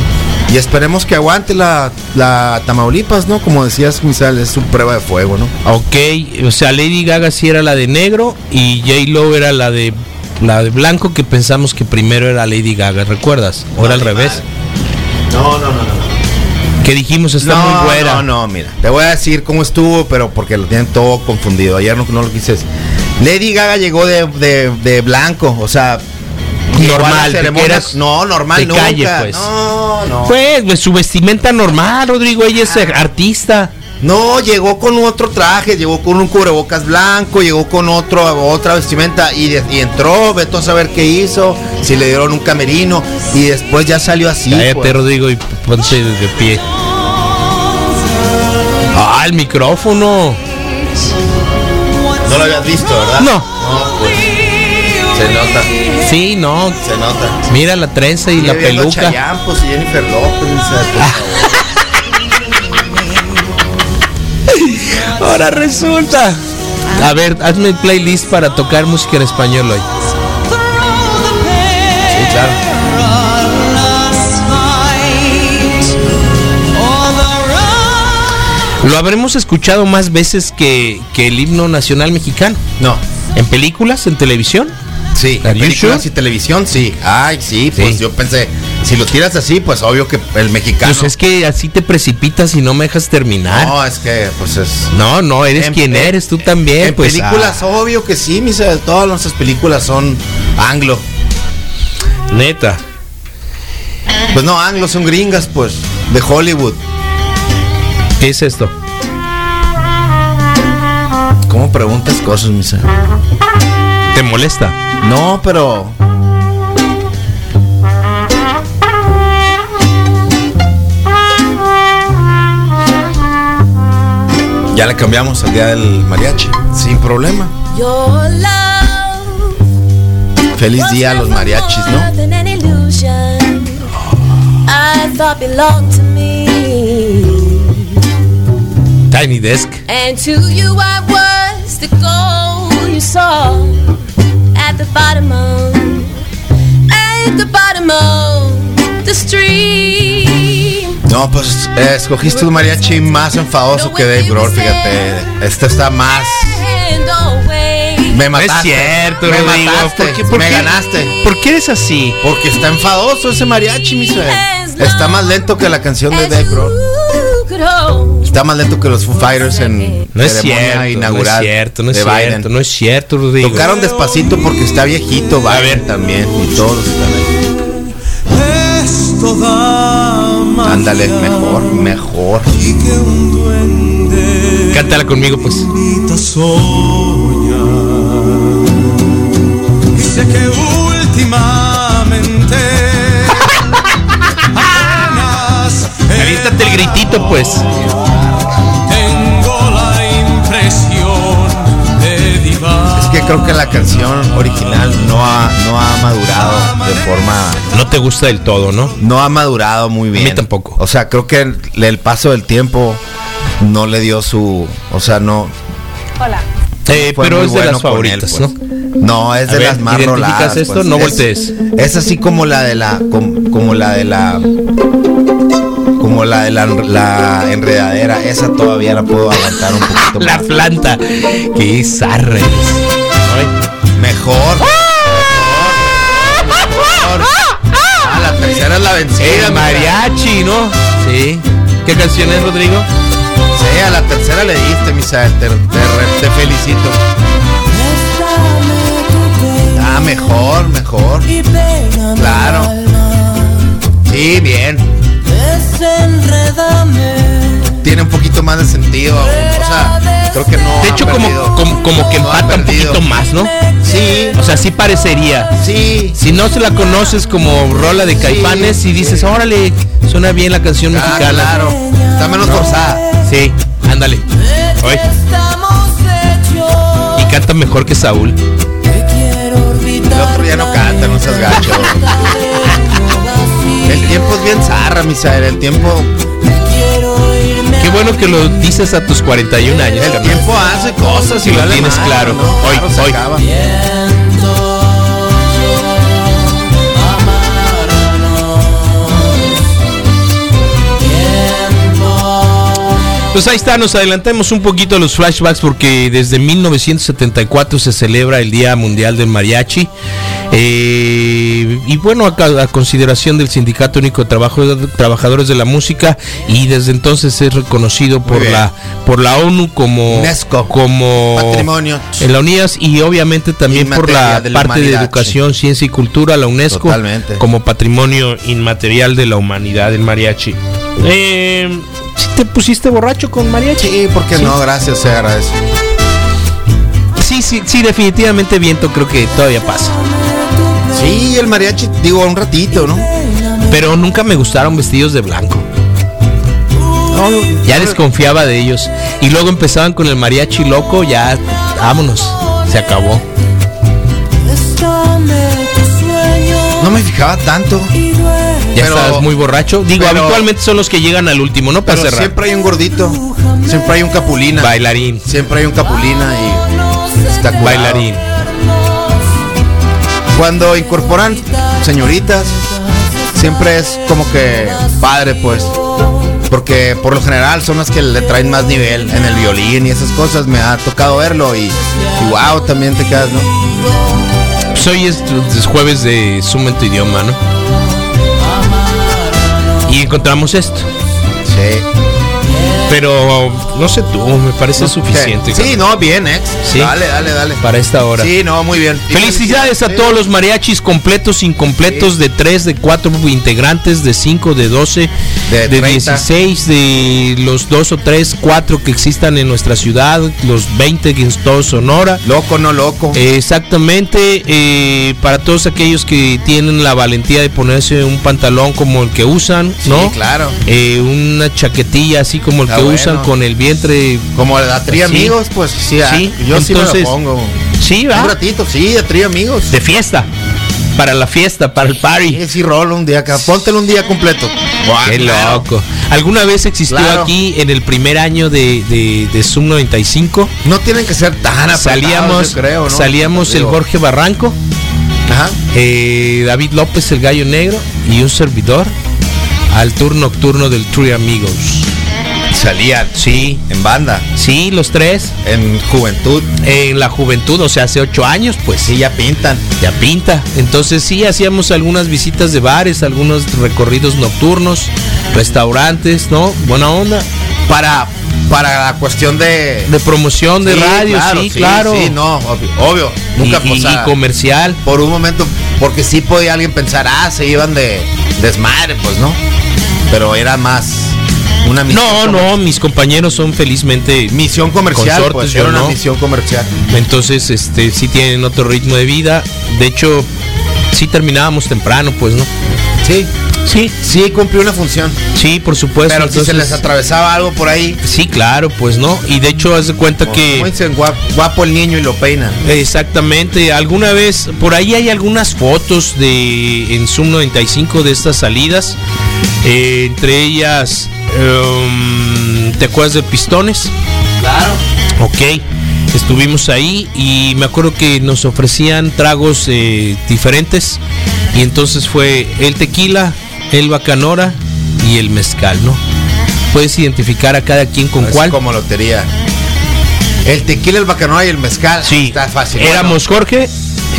Speaker 4: Y esperemos que aguante la, la Tamaulipas, ¿no? Como decías, Misal, es su prueba de fuego, ¿no?
Speaker 3: Ok, o sea, Lady Gaga sí era la de negro y J. Lo era la de la de blanco que pensamos que primero era Lady Gaga, ¿recuerdas? Ahora al revés.
Speaker 4: No, no, no, no.
Speaker 3: Que dijimos está
Speaker 4: no,
Speaker 3: muy buena.
Speaker 4: No, no, mira. Te voy a decir cómo estuvo, pero porque lo tienen todo confundido. Ayer no, no lo quise decir. Lady Gaga llegó de, de- de blanco, o sea. llegó a la
Speaker 3: Normal, de
Speaker 4: ceremonia-
Speaker 3: que eras
Speaker 4: no, normal,
Speaker 3: de
Speaker 4: nunca.
Speaker 3: calle, pues.
Speaker 4: No, no.
Speaker 3: Pues, pues, su vestimenta normal, Rodrigo, ella es
Speaker 4: Ah.
Speaker 3: eh, artista.
Speaker 4: No, llegó con otro traje, llegó con un cubrebocas blanco, llegó con otro, otra vestimenta y, de- y entró, vete a saber qué hizo, si le dieron un camerino y después ya salió así.
Speaker 3: Cállate,
Speaker 4: pues.
Speaker 3: Rodrigo, y ponte de pie. Ah, el micrófono.
Speaker 4: No lo habías visto, ¿verdad?
Speaker 3: No.
Speaker 4: pues, se nota,
Speaker 3: Sí, no.
Speaker 4: se nota.
Speaker 3: Mira la trenza y la
Speaker 4: Sigue viendo
Speaker 3: peluca. Ah.
Speaker 4: Chayanne, pues, y Jennifer López, o sea, pues, por favor.
Speaker 3: Ahora resulta. A ver, hazme el playlist para tocar música en español hoy.
Speaker 4: Sí, claro.
Speaker 3: Lo habremos escuchado más veces que, que el himno nacional mexicano.
Speaker 4: No.
Speaker 3: ¿En películas? ¿En televisión?
Speaker 4: Sí,
Speaker 3: Are
Speaker 4: en
Speaker 3: you
Speaker 4: películas
Speaker 3: sure?
Speaker 4: y televisión, sí. Ay, sí, pues
Speaker 3: Sí.
Speaker 4: yo pensé, si lo tiras así, pues obvio que el mexicano.
Speaker 3: Pues es que así te precipitas y no me dejas terminar.
Speaker 4: No, es que, pues es.
Speaker 3: No, no, eres
Speaker 4: En-
Speaker 3: quien
Speaker 4: en-
Speaker 3: eres, tú también.
Speaker 4: en
Speaker 3: pues,
Speaker 4: Eh, películas,
Speaker 3: ah,
Speaker 4: obvio que sí, misa, todas nuestras películas son anglo.
Speaker 3: Ah, neta.
Speaker 4: Pues no, anglo son gringas, pues, de Hollywood.
Speaker 3: ¿Qué es esto?
Speaker 4: ¿Cómo preguntas cosas, misa?
Speaker 3: ¿Te molesta?
Speaker 4: No, pero. Ya le cambiamos al día del mariachi. Sin problema.
Speaker 7: Your love
Speaker 4: Feliz
Speaker 7: was
Speaker 4: día a los
Speaker 7: never
Speaker 4: mariachis,
Speaker 7: more
Speaker 4: ¿no?
Speaker 7: than an illusion I thought belonged to me.
Speaker 3: Tiny Desk.
Speaker 7: And to you I was the gold you saw at the bottom of at the bottom of the stream.
Speaker 4: No, pues eh, escogiste un mariachi más enfadoso que Dave Grohl, fíjate. Este está más.
Speaker 7: And always
Speaker 4: Me
Speaker 3: No es
Speaker 4: mataste.
Speaker 3: cierto,
Speaker 4: me
Speaker 3: Rodrigo.
Speaker 4: mataste.
Speaker 3: ¿Por qué- por
Speaker 4: me
Speaker 3: qué?
Speaker 4: ganaste.
Speaker 3: ¿Por qué eres así?
Speaker 4: Porque está enfadoso ese mariachi, mi suegro. Está más lento que la canción de Dave Grohl.
Speaker 7: you could hold
Speaker 4: Está más lento que los Foo Fighters en
Speaker 3: No es
Speaker 4: ceremonia
Speaker 3: cierto,
Speaker 4: inaugural
Speaker 3: no es cierto, no es
Speaker 4: de Biden.
Speaker 3: cierto, no es cierto, Rodrigo.
Speaker 4: Tocaron despacito porque está viejito Biden también y todos están ahí. Ándale, mejor, mejor.
Speaker 3: Cántala conmigo, pues.
Speaker 8: Dice que últimamente apenas
Speaker 3: Aviéntate el gritito, pues.
Speaker 8: tengo la impresión de divar.
Speaker 4: Es que creo que la canción original no ha, no ha madurado de forma...
Speaker 3: No te gusta del todo, ¿no?
Speaker 4: No ha madurado muy bien.
Speaker 3: tampoco.
Speaker 4: O sea, creo que el, el paso del tiempo no le dio su... O sea, no...
Speaker 3: Eh,
Speaker 4: fue
Speaker 3: pero
Speaker 4: muy
Speaker 3: es de
Speaker 4: bueno
Speaker 3: las
Speaker 4: con él,
Speaker 3: favoritas,
Speaker 4: pues.
Speaker 3: ¿no?
Speaker 4: No, es
Speaker 3: A
Speaker 4: de
Speaker 3: ver,
Speaker 4: las más
Speaker 3: ¿identificas
Speaker 4: roladas.
Speaker 3: esto?
Speaker 4: pues.
Speaker 3: No
Speaker 4: Es-
Speaker 3: voltees.
Speaker 4: Es así como la de la. com- como la de la. Como la de la, la enredadera. Esa todavía la puedo aguantar un poquito
Speaker 3: [laughs] La
Speaker 4: más.
Speaker 3: planta. Qué zarra eres. [laughs]
Speaker 4: Mejor. Mejor. Ah, la tercera es la vencida.
Speaker 3: El mariachi, ¿no? Sí. ¿Qué canción es, Rodrigo?
Speaker 4: Sí, a la tercera le diste, Misael. Te, te re- te felicito.
Speaker 7: Let's all make a day.
Speaker 4: Ah, mejor, mejor.
Speaker 9: y pega mi
Speaker 4: Claro.
Speaker 9: alma.
Speaker 4: Sí, bien.
Speaker 9: Desenrédame.
Speaker 4: Tiene un poquito más de sentido. O sea, creo que no.
Speaker 3: De
Speaker 4: han
Speaker 3: hecho, como,
Speaker 4: perdido.
Speaker 3: como, como que
Speaker 4: No han
Speaker 3: empata un
Speaker 4: perdido.
Speaker 3: poquito más, ¿no?
Speaker 4: Sí,
Speaker 3: O sea, sí parecería.
Speaker 4: sí.
Speaker 3: Si no se la conoces como rola de caifanes y dices, órale, suena bien la canción
Speaker 4: Ah,
Speaker 3: mexicana.
Speaker 4: claro. Está menos forzada.
Speaker 3: Sí, ándale.
Speaker 9: Es que
Speaker 3: Ay.
Speaker 9: estamos hechos.
Speaker 3: Y canta mejor que Saúl.
Speaker 9: Te quiero orbitar.
Speaker 4: El otro ya no canta, no seas gacho. [laughs] El tiempo es bien zarra, Misael. El tiempo,
Speaker 9: Quiero irme.
Speaker 3: Qué bueno que lo dices a tus 41 años,
Speaker 4: el
Speaker 3: carnal.
Speaker 4: tiempo hace cosas y
Speaker 3: Si lo
Speaker 4: vale
Speaker 3: tienes
Speaker 4: madre,
Speaker 3: claro.
Speaker 4: ¿no?
Speaker 3: Hoy,
Speaker 4: Claro, se
Speaker 3: hoy.
Speaker 4: acaba.
Speaker 3: Pues ahí está, nos adelantemos un poquito a los flashbacks porque desde 1974 se celebra el Día Mundial del Mariachi. Eh, y bueno, a, ca- a consideración del Sindicato Único de Trabajo- Trabajadores de la Música y desde entonces es reconocido por
Speaker 4: bien.
Speaker 3: la por la ONU como
Speaker 4: UNESCO.
Speaker 3: como
Speaker 4: Patrimonio.
Speaker 3: en la UNIAS y obviamente también por la
Speaker 4: Inmaterial de la
Speaker 3: parte de
Speaker 4: humanidad,
Speaker 3: educación, ciencia y cultura, la UNESCO
Speaker 4: Totalmente.
Speaker 3: como patrimonio inmaterial de la humanidad, el mariachi. Eh, ¿sí te pusiste borracho con mariachi?
Speaker 4: Sí, porque no, gracias, se agradece.
Speaker 3: Sí, sí, sí, definitivamente viento creo que todavía pasa.
Speaker 4: Sí, el mariachi, digo, un ratito, ¿no?
Speaker 3: Pero nunca me gustaron vestidos de blanco. Ya desconfiaba de ellos. Y luego empezaban con el mariachi loco, ya vámonos. Se acabó.
Speaker 9: Préstame tu sueño
Speaker 4: No me fijaba tanto.
Speaker 9: y duele.
Speaker 3: Ya
Speaker 4: Pero-
Speaker 3: estabas muy borracho. Digo,
Speaker 4: pero-
Speaker 3: habitualmente son los que llegan al último, no para
Speaker 4: Pero
Speaker 3: cerrar.
Speaker 4: siempre hay un gordito. Siempre hay un capulina.
Speaker 3: Bailarín.
Speaker 4: Siempre hay un capulina y
Speaker 9: No se
Speaker 4: está curado.
Speaker 3: Bailarín.
Speaker 4: Cuando incorporan señoritas, siempre es como que padre, pues. Porque por lo general son las que le traen más nivel en el violín y esas cosas. Me ha tocado verlo y, wow, también te quedas, ¿no?
Speaker 3: Pues hoy es, es jueves de Suma en tu idioma, ¿no? Y encontramos esto.
Speaker 4: Sí.
Speaker 3: Pero no sé tú, me parece suficiente.
Speaker 4: Sí,
Speaker 3: carnal,
Speaker 4: no, bien, ex.
Speaker 3: Sí.
Speaker 4: Dale, dale, dale.
Speaker 3: Para esta hora.
Speaker 4: Sí, no, muy bien. Y
Speaker 3: Felicidades a
Speaker 4: sí.
Speaker 3: todos los mariachis completos, incompletos, de 3, de 4 integrantes, de 5, de 12, de,
Speaker 4: De 30.
Speaker 3: 16, de los 2 o 3, 4 que existan en nuestra ciudad, los 20 que en todo Sonora.
Speaker 4: Loco, no loco.
Speaker 3: Eh, Exactamente, eh, para todos aquellos que tienen la valentía de ponerse un pantalón como el que usan, ¿no?
Speaker 4: Sí, claro.
Speaker 3: Eh, una chaquetilla así como el
Speaker 4: Está
Speaker 3: que
Speaker 4: bueno.
Speaker 3: usan con el vientre.
Speaker 4: Como la tri
Speaker 3: Sí.
Speaker 4: amigos, pues sí, ah,
Speaker 3: Sí,
Speaker 4: yo sí me
Speaker 3: entonces-
Speaker 4: lo pongo.
Speaker 3: Sí,
Speaker 4: Un
Speaker 3: va.
Speaker 4: ratito, sí, de tri amigos.
Speaker 3: De fiesta. Para la fiesta, para el party.
Speaker 4: Sí, sí, rolo un día acá. Póntelo un día completo.
Speaker 3: Qué
Speaker 4: Claro.
Speaker 3: loco. ¿Alguna vez existió
Speaker 4: Claro.
Speaker 3: aquí en el primer año de, de, de Zoom 95?
Speaker 4: No tienen que ser tan apretados,
Speaker 3: Salíamos,
Speaker 4: yo creo, ¿no?
Speaker 3: salíamos el
Speaker 4: Digo,
Speaker 3: Jorge Barranco,
Speaker 4: Ajá.
Speaker 3: eh, David López el Gallo Negro y un servidor al tour nocturno del True Amigos.
Speaker 4: Salían
Speaker 3: Sí,
Speaker 4: en banda,
Speaker 3: sí, los tres.
Speaker 4: en juventud.
Speaker 3: En la juventud, o sea, hace ocho años, pues sí,
Speaker 4: Sí, ya pintan.
Speaker 3: ya pinta. Entonces sí, hacíamos algunas visitas de bares, algunos recorridos nocturnos, restaurantes, ¿no? Buena onda.
Speaker 4: Para, para la cuestión de.
Speaker 3: De promoción de
Speaker 4: Sí,
Speaker 3: radio, sí, claro.
Speaker 4: Sí, no, obvio. obvio. Nunca
Speaker 3: y, y-
Speaker 4: posada.
Speaker 3: y comercial.
Speaker 4: Por un momento, porque sí podía alguien pensar, ah, se iban de desmadre, pues no. Pero era más una
Speaker 3: No,
Speaker 4: misión.
Speaker 3: no, mis compañeros son felizmente
Speaker 4: Misión comercial,
Speaker 3: Consortes,
Speaker 4: pues
Speaker 3: yo
Speaker 4: era una
Speaker 3: no.
Speaker 4: misión comercial.
Speaker 3: Entonces, este, sí tienen otro ritmo de vida. De hecho, sí terminábamos temprano, pues, ¿no?
Speaker 4: Sí, Pues,
Speaker 3: Sí.
Speaker 4: sí cumplió una función.
Speaker 3: Sí, por supuesto.
Speaker 4: pero si se
Speaker 3: entonces-
Speaker 4: les atravesaba algo por ahí,
Speaker 3: Sí, claro, pues, ¿no? Y de hecho, haz de cuenta que...
Speaker 4: como dicen, guap- guapo, el niño y lo peina.
Speaker 3: Exactamente, alguna vez, por ahí hay algunas fotos de en Zoom 95 de estas salidas, Eh, entre ellas, em, ¿te acuerdas de Pistones? Claro. Ok, estuvimos ahí y me acuerdo que nos ofrecían tragos eh, diferentes y entonces fue el tequila, el bacanora y el mezcal, ¿no? Puedes identificar a cada quien con
Speaker 4: Es
Speaker 3: cuál.
Speaker 4: Pues como lotería. El tequila, el bacanora y el mezcal.
Speaker 3: Sí,
Speaker 4: Está fácil.
Speaker 3: éramos Jorge,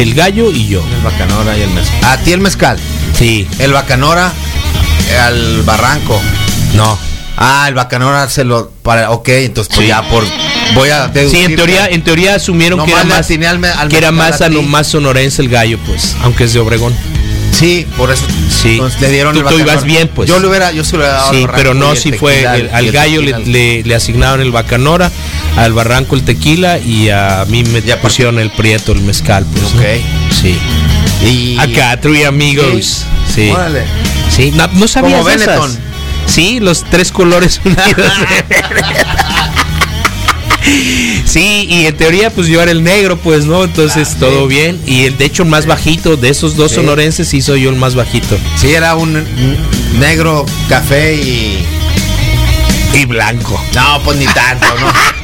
Speaker 3: el gallo y yo.
Speaker 4: Bueno, el bacanora y el mezcal. A ti el mezcal.
Speaker 3: Sí,
Speaker 4: El bacanora eh, al barranco.
Speaker 3: no.
Speaker 4: Ah, el bacanora se lo para ok, entonces pues
Speaker 3: Sí.
Speaker 4: ya por Voy a deducir
Speaker 3: Sí, en teoría,
Speaker 4: que-
Speaker 3: en teoría asumieron que
Speaker 4: Nomás
Speaker 3: era
Speaker 4: le
Speaker 3: más,
Speaker 4: atiné al me- al
Speaker 3: que era
Speaker 4: Mercado
Speaker 3: más, a lo
Speaker 4: Latín.
Speaker 3: más sonorense el gallo, pues, aunque es de Obregón.
Speaker 4: Sí, por eso.
Speaker 3: Sí.
Speaker 4: Entonces, le dieron
Speaker 3: Tú-
Speaker 4: el
Speaker 3: tú ibas
Speaker 4: Bacanora.
Speaker 3: bien, pues.
Speaker 4: Yo le hubiera, yo se lo hubiera dado.
Speaker 3: Sí,
Speaker 4: al
Speaker 3: pero
Speaker 4: Barranco
Speaker 3: no
Speaker 4: Ah, y el
Speaker 3: si fue
Speaker 4: tequila,
Speaker 3: el-
Speaker 4: y
Speaker 3: al
Speaker 4: el
Speaker 3: gallo le,
Speaker 4: tequila.
Speaker 3: le- le asignaron el bacanora, al barranco el tequila y a mí me
Speaker 4: Ya,
Speaker 3: pusieron el prieto, el mezcal. Pues,
Speaker 4: Ok.
Speaker 3: Sí.
Speaker 4: Y
Speaker 3: Acá, True Amigos. Sí.
Speaker 4: Órale.
Speaker 3: Sí, no, no sabías
Speaker 4: Como
Speaker 3: de esas.
Speaker 4: Benetton.
Speaker 3: Sí, los tres
Speaker 4: [laughs]
Speaker 3: colores unidos. Sí, y en teoría pues yo era el negro, pues, ¿no? Entonces todo bien. Y el, de hecho el más bajito, de esos dos
Speaker 4: Sí.
Speaker 3: sonorenses, sí soy yo el más bajito.
Speaker 4: Sí, era un un negro café y.
Speaker 3: Y blanco.
Speaker 4: No, pues ni tanto, ¿no?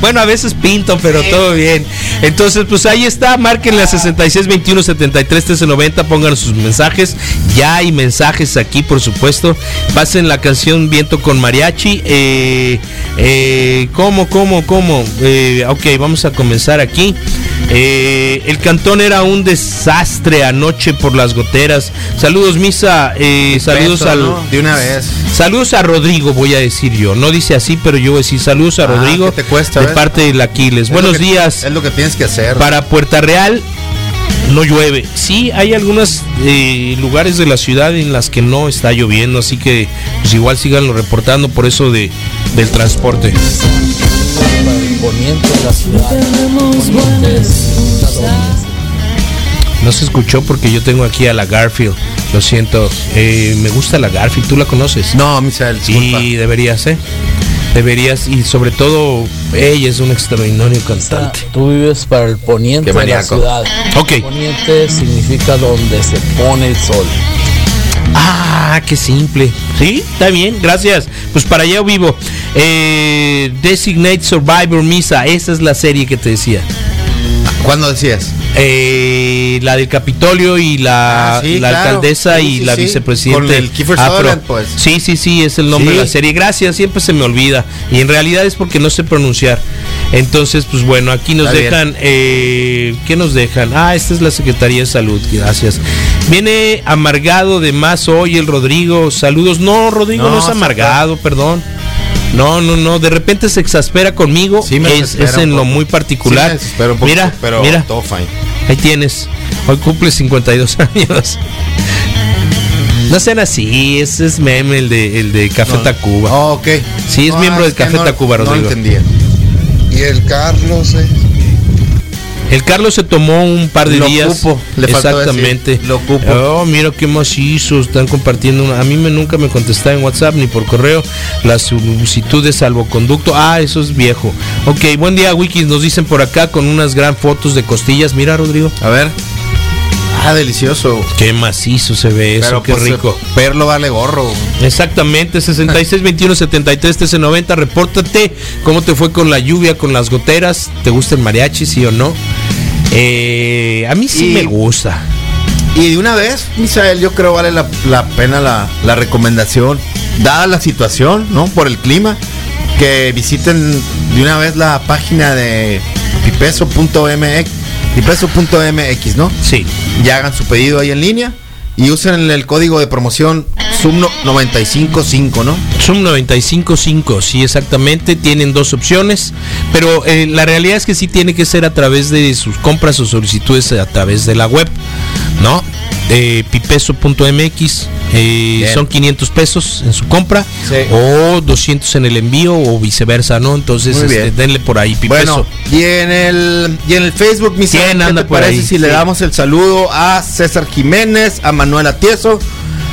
Speaker 3: Bueno, a veces pinto, pero todo bien. Entonces, pues ahí está, marquen la 66 21 73 13 90, pongan sus mensajes. Ya hay mensajes aquí, por supuesto. Pasen la canción Viento con Mariachi. Eh, eh, ¿Cómo, cómo, cómo? Eh, ok, vamos a comenzar aquí. Eh, el cantón era un desastre anoche por las goteras. Saludos, misa. eh, [laughs] saludos
Speaker 4: Beso,
Speaker 3: al.
Speaker 4: ¿no? De una vez.
Speaker 3: Saludos a Rodrigo, voy a decir yo. No dice así, pero yo voy a decir saludos a
Speaker 4: Ah,
Speaker 3: Rodrigo.
Speaker 4: ¿qué te cuesta,
Speaker 3: de
Speaker 4: ves?
Speaker 3: parte del Aquiles.
Speaker 4: Es
Speaker 3: Buenos
Speaker 4: lo que-
Speaker 3: días.
Speaker 4: Es lo que tienes que hacer.
Speaker 3: Para Puerta Real no llueve. Sí, hay algunos eh, lugares de la ciudad en las que no está lloviendo, así que pues igual síganlo reportando por eso de, del transporte.
Speaker 9: Tenemos buenas
Speaker 3: No se escuchó porque yo tengo aquí a la Garfield. Lo siento. Eh, me gusta la Garfield, tú la conoces.
Speaker 4: No, Misael, disculpa.
Speaker 3: Y deberías, ¿eh? Deberías, y sobre todo, ella es un extraordinario cantante.
Speaker 9: Tú vives para el poniente
Speaker 4: Qué
Speaker 9: de la
Speaker 4: maníaco.
Speaker 9: ciudad.
Speaker 3: Ok.
Speaker 9: Poniente significa donde se pone el sol.
Speaker 3: Ah, qué simple. Sí, está bien, gracias. Pues para allá vivo. Eh, Designate Survivor Misa, esa es la serie que te decía.
Speaker 4: ¿Cuándo decías?
Speaker 3: Eh, la del Capitolio y la,
Speaker 4: Ah, sí,
Speaker 3: la
Speaker 4: claro.
Speaker 3: alcaldesa
Speaker 4: Sí,
Speaker 3: y
Speaker 4: sí,
Speaker 3: la
Speaker 4: sí.
Speaker 3: vicepresidenta.
Speaker 4: Con el Kiefer Sutherland, pues.
Speaker 3: Sí, sí, sí, es el nombre
Speaker 4: Sí.
Speaker 3: de la serie. Gracias, siempre se me olvida. Y en realidad es porque no sé pronunciar. Entonces, pues bueno, aquí nos
Speaker 4: Está bien.
Speaker 3: dejan. eh, ¿Qué nos dejan? Ah, esta es la Secretaría de Salud. Gracias. Viene amargado de más hoy el Rodrigo. Saludos. No, Rodrigo no,
Speaker 4: No,
Speaker 3: es
Speaker 4: se
Speaker 3: amargado, perdón. No, no, no. De repente se exaspera conmigo.
Speaker 4: Sí, me
Speaker 3: es,
Speaker 4: desespera
Speaker 3: es
Speaker 4: un
Speaker 3: en lo
Speaker 4: poco.
Speaker 3: muy
Speaker 4: Sí, me
Speaker 3: particular.
Speaker 4: desespero un poco,
Speaker 3: mira,
Speaker 4: pero
Speaker 3: mira.
Speaker 4: todo fine.
Speaker 3: Ahí tienes. Hoy cumple 52 [laughs] años. No sean así, ese es meme el de, el de Café Tacuba.
Speaker 4: Ah, ok.
Speaker 3: Sí, es miembro del
Speaker 4: que
Speaker 3: Café
Speaker 4: no-
Speaker 3: Tacuba,
Speaker 4: No
Speaker 3: Rodrigo.
Speaker 4: lo entendía.
Speaker 5: Y el Carlos, eh.
Speaker 3: El Carlos se tomó un par de
Speaker 4: Lo
Speaker 3: días.
Speaker 4: ocupo, le faltó
Speaker 3: Exactamente.
Speaker 4: decir, lo ocupo.
Speaker 3: Oh, mira qué macizo. Están compartiendo. una- A mí me, nunca me contestaron en WhatsApp ni por correo. La solicitud de salvoconducto. Ah, eso es viejo. Ok, buen día, Wikis. Nos dicen por acá con unas gran fotos de costillas. Mira, Rodrigo.
Speaker 4: A ver. Ah, delicioso.
Speaker 3: Qué macizo se ve eso, qué
Speaker 4: pues,
Speaker 3: rico.
Speaker 4: Perlo vale gorro.
Speaker 3: Exactamente, 66 21 73 13 90. Repórtate cómo te fue con la lluvia, con las goteras. ¿Te gusta el mariachi, sí o no? Eh, a mí sí
Speaker 4: Y-
Speaker 3: me gusta.
Speaker 4: Y de una vez, Misael, yo creo vale la, la pena la, la recomendación, dada la situación, ¿no? Por el clima, que visiten de una vez la página de pipeso.mx, pipeso.mx, ¿no?
Speaker 3: Sí.
Speaker 4: Ya hagan su pedido ahí en línea y usen el, el código de promoción SUM955, ¿no?
Speaker 3: Zoom 955, sí, exactamente. Tienen dos opciones, pero eh, la realidad es que sí tiene que ser a través de sus compras o solicitudes a través de la web, ¿no? Eh, pipeso.mx eh,
Speaker 4: Bien.
Speaker 3: son 500 pesos en su compra
Speaker 4: Sí.
Speaker 3: o 200 en el envío o viceversa, ¿no? Entonces
Speaker 4: Muy
Speaker 3: este,
Speaker 4: bien.
Speaker 3: denle por ahí pipeso.
Speaker 4: Bueno, y en el y en el Facebook, mi
Speaker 3: ¿Quién
Speaker 4: ¿qué
Speaker 3: anda
Speaker 4: te
Speaker 3: por
Speaker 4: parece
Speaker 3: ahí?
Speaker 4: si le
Speaker 3: Sí.
Speaker 4: damos el saludo a César Jiménez, a Manuel Atieso,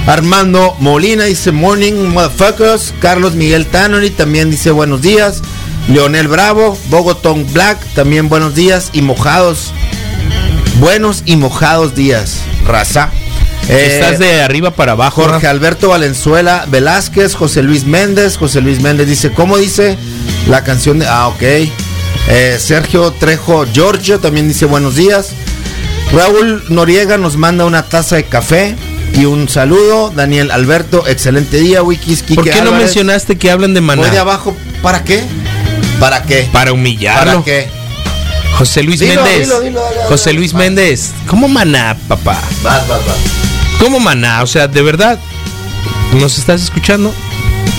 Speaker 4: Armando Molina dice morning motherfuckers, Carlos Miguel Tanori también dice buenos días, Leonel Bravo, Bogotón Black también buenos días y mojados. Buenos y mojados días, raza. Eh,
Speaker 3: Estás de arriba para abajo.
Speaker 4: Jorge
Speaker 3: Rafa.
Speaker 4: Alberto Valenzuela Velázquez, José Luis Méndez, José Luis Méndez dice, ¿cómo dice la canción de... Ah, ok. Eh, Sergio Trejo Giorgio también dice buenos días. Raúl Noriega nos manda una taza de café y un saludo. Daniel Alberto, excelente día, Wikis. Quique
Speaker 3: ¿Por qué no
Speaker 4: Álvarez.
Speaker 3: mencionaste que hablan de
Speaker 4: Voy de
Speaker 3: Maná?
Speaker 4: abajo, ¿para qué? ¿Para qué?
Speaker 3: Para
Speaker 4: ¿Para
Speaker 3: humillarlo.
Speaker 4: qué?
Speaker 3: José Luis
Speaker 4: Dilo,
Speaker 3: Méndez.
Speaker 4: dilo, dilo, dale, dale,
Speaker 3: José
Speaker 4: dale.
Speaker 3: Luis
Speaker 4: Va.
Speaker 3: Méndez. ¿Cómo Maná, papá?
Speaker 4: Vas, vas, vas.
Speaker 3: ¿Cómo maná? O sea, de verdad, ¿nos estás escuchando?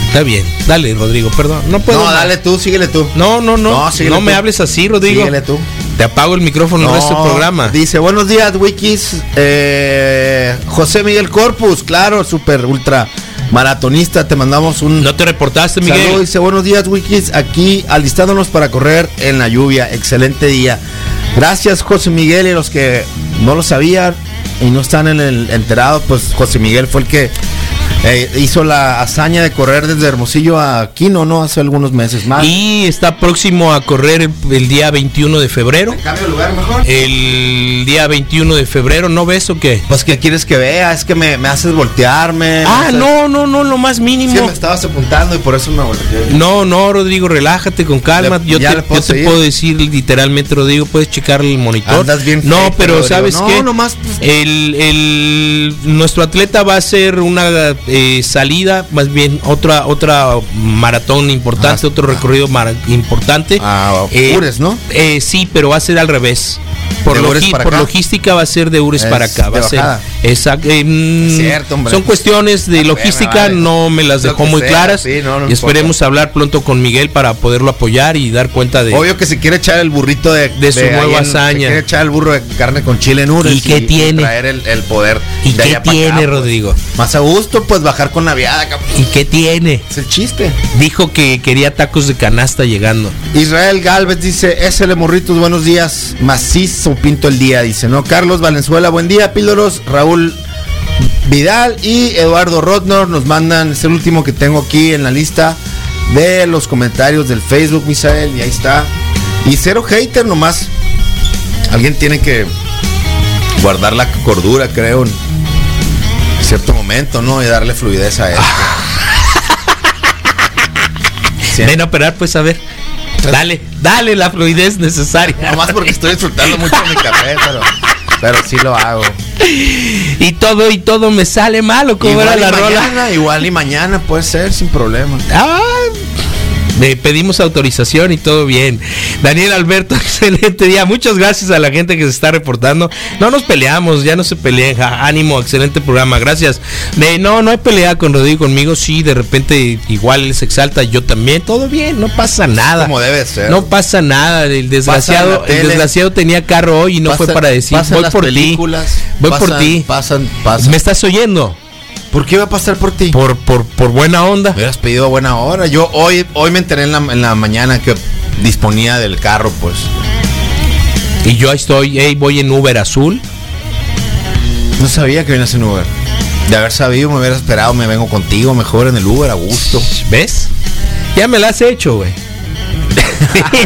Speaker 3: Está bien. Dale, Rodrigo, perdón. No puedo.
Speaker 4: No,
Speaker 3: más.
Speaker 4: dale tú, síguele tú.
Speaker 3: No, no, no. No,
Speaker 4: No, síguele
Speaker 3: me
Speaker 4: tú.
Speaker 3: hables así, Rodrigo.
Speaker 4: Síguele tú.
Speaker 3: Te apago el micrófono el resto del programa.
Speaker 4: Dice, buenos días, Wikis. Eh, José Miguel Corpus, claro, super ultra maratonista. Te mandamos un
Speaker 3: No te reportaste, Miguel.
Speaker 4: saludo. Dice, buenos días, Wikis. Aquí alistándonos para correr en la lluvia. Excelente día. Gracias, José Miguel. Y los que no lo sabían y no están en el enterados, pues José Miguel fue el que. eh, hizo la hazaña de correr desde Hermosillo a Quino, ¿no? Hace algunos meses más.
Speaker 3: Y está próximo a correr el, el día 21 de febrero.
Speaker 4: cambio de lugar mejor?
Speaker 3: El día 21 de febrero, ¿no ves o qué?
Speaker 4: Pues que quieres que vea, es que me, me haces voltearme.
Speaker 3: Ah,
Speaker 4: sé.
Speaker 3: no, no, no, lo más
Speaker 4: Es que
Speaker 3: mínimo.
Speaker 4: me estabas apuntando y por eso me volteé.
Speaker 3: No, no, Rodrigo, relájate con calma.
Speaker 4: Le-
Speaker 3: yo te,
Speaker 4: ya le puedo
Speaker 3: yo te
Speaker 4: seguir.
Speaker 3: puedo decir literalmente, Rodrigo, puedes checar el monitor.
Speaker 4: Andas bien
Speaker 3: no,
Speaker 4: feito,
Speaker 3: pero
Speaker 4: Rodrigo.
Speaker 3: ¿sabes
Speaker 4: No,
Speaker 3: qué?
Speaker 4: nomás, pues-
Speaker 3: el, el- nuestro atleta va a hacer una eh, salida, más bien otra otra maratón importante,
Speaker 4: Ah,
Speaker 3: otro recorrido mara- importante.
Speaker 4: Ah,
Speaker 3: Eh,
Speaker 4: Ures, ¿no?
Speaker 3: eh, sí, pero va a ser al revés. Por,
Speaker 4: De Ures
Speaker 3: logi-
Speaker 4: para
Speaker 3: por
Speaker 4: acá.
Speaker 3: logística va a ser de Ures
Speaker 4: Es
Speaker 3: para acá. Va
Speaker 4: de
Speaker 3: a ser,
Speaker 4: bajada.
Speaker 3: Exacto, eh, mm,
Speaker 4: Es cierto, hombre.
Speaker 3: Son cuestiones de
Speaker 4: Ah, bueno,
Speaker 3: logística,
Speaker 4: vale.
Speaker 3: no me las
Speaker 4: Lo
Speaker 3: dejó
Speaker 4: que
Speaker 3: muy
Speaker 4: sea,
Speaker 3: claras.
Speaker 4: sí, no, no
Speaker 3: y esperemos
Speaker 4: importa.
Speaker 3: hablar pronto con Miguel para poderlo apoyar y dar cuenta de.
Speaker 4: Obvio que se quiere echar el burrito de,
Speaker 3: De su
Speaker 4: ahí
Speaker 3: nueva
Speaker 4: en-
Speaker 3: hazaña.
Speaker 4: Se quiere echar el burro de carne con chile en Ures.
Speaker 3: ¿Y qué tiene?
Speaker 4: traer el, el poder.
Speaker 3: ¿Y
Speaker 4: de
Speaker 3: qué
Speaker 4: allá pa' acá,
Speaker 3: tiene,
Speaker 4: pues.
Speaker 3: Rodrigo?
Speaker 4: Más a gusto, pues bajar con naviada, cabrón.
Speaker 3: ¿Y qué tiene?
Speaker 4: Es el chiste.
Speaker 3: Dijo que quería tacos de canasta llegando.
Speaker 4: Israel Galvez dice, SL Morritos, buenos días. Macizo pinto el día, dice, ¿no? Carlos Valenzuela, buen día, Píldoros, Raúl Vidal y Eduardo Rodnor nos mandan, es el último que tengo aquí en la lista de los comentarios del Facebook, Misael, y ahí está. Y cero hater nomás. Alguien tiene que guardar la cordura, creo, en cierto momento, ¿no? Y darle fluidez a él. Siempre.
Speaker 3: Ven a operar, pues a ver. Dale, dale la fluidez necesaria.
Speaker 4: Nomás porque estoy disfrutando mucho de mi café, pero, pero sí lo hago.
Speaker 3: Y todo y todo me sale malo, como era
Speaker 4: y
Speaker 3: la rola.
Speaker 4: mañana, igual y mañana puede ser sin problema.
Speaker 3: Ah, le pedimos autorización y todo bien. Daniel Alberto, [laughs] excelente día. Muchas gracias a la gente que se está reportando. No nos peleamos, ya no se peleen. ja, ánimo, excelente programa. Gracias. De, no, no hay pelea con Rodrigo y conmigo. Sí, de repente igual él se exalta, yo también. Todo bien, no pasa nada.
Speaker 4: Como debe ser.
Speaker 3: No pasa nada. El desgraciado,
Speaker 4: Pasa en la
Speaker 3: el
Speaker 4: tele.
Speaker 3: desgraciado tenía carro hoy y no fue
Speaker 4: Pasan-
Speaker 3: para decir
Speaker 4: pasan
Speaker 3: voy
Speaker 4: las
Speaker 3: por ti.
Speaker 4: películas,
Speaker 3: Voy por
Speaker 4: pasan-
Speaker 3: ti.
Speaker 4: Pasan, pasan.
Speaker 3: ¿Me estás oyendo?
Speaker 4: ¿Por qué iba a pasar por ti?
Speaker 3: Por, por, por buena onda.
Speaker 4: Me hubieras pedido a buena hora. Yo hoy, hoy me enteré en la, en la mañana que disponía del carro, pues.
Speaker 3: Y yo ahí estoy, hey, voy en Uber azul.
Speaker 4: No sabía que venías en Uber. De haber sabido, me hubiera esperado, me vengo contigo mejor en el Uber a gusto.
Speaker 3: ¿Ves? Ya me la has hecho, güey. [laughs]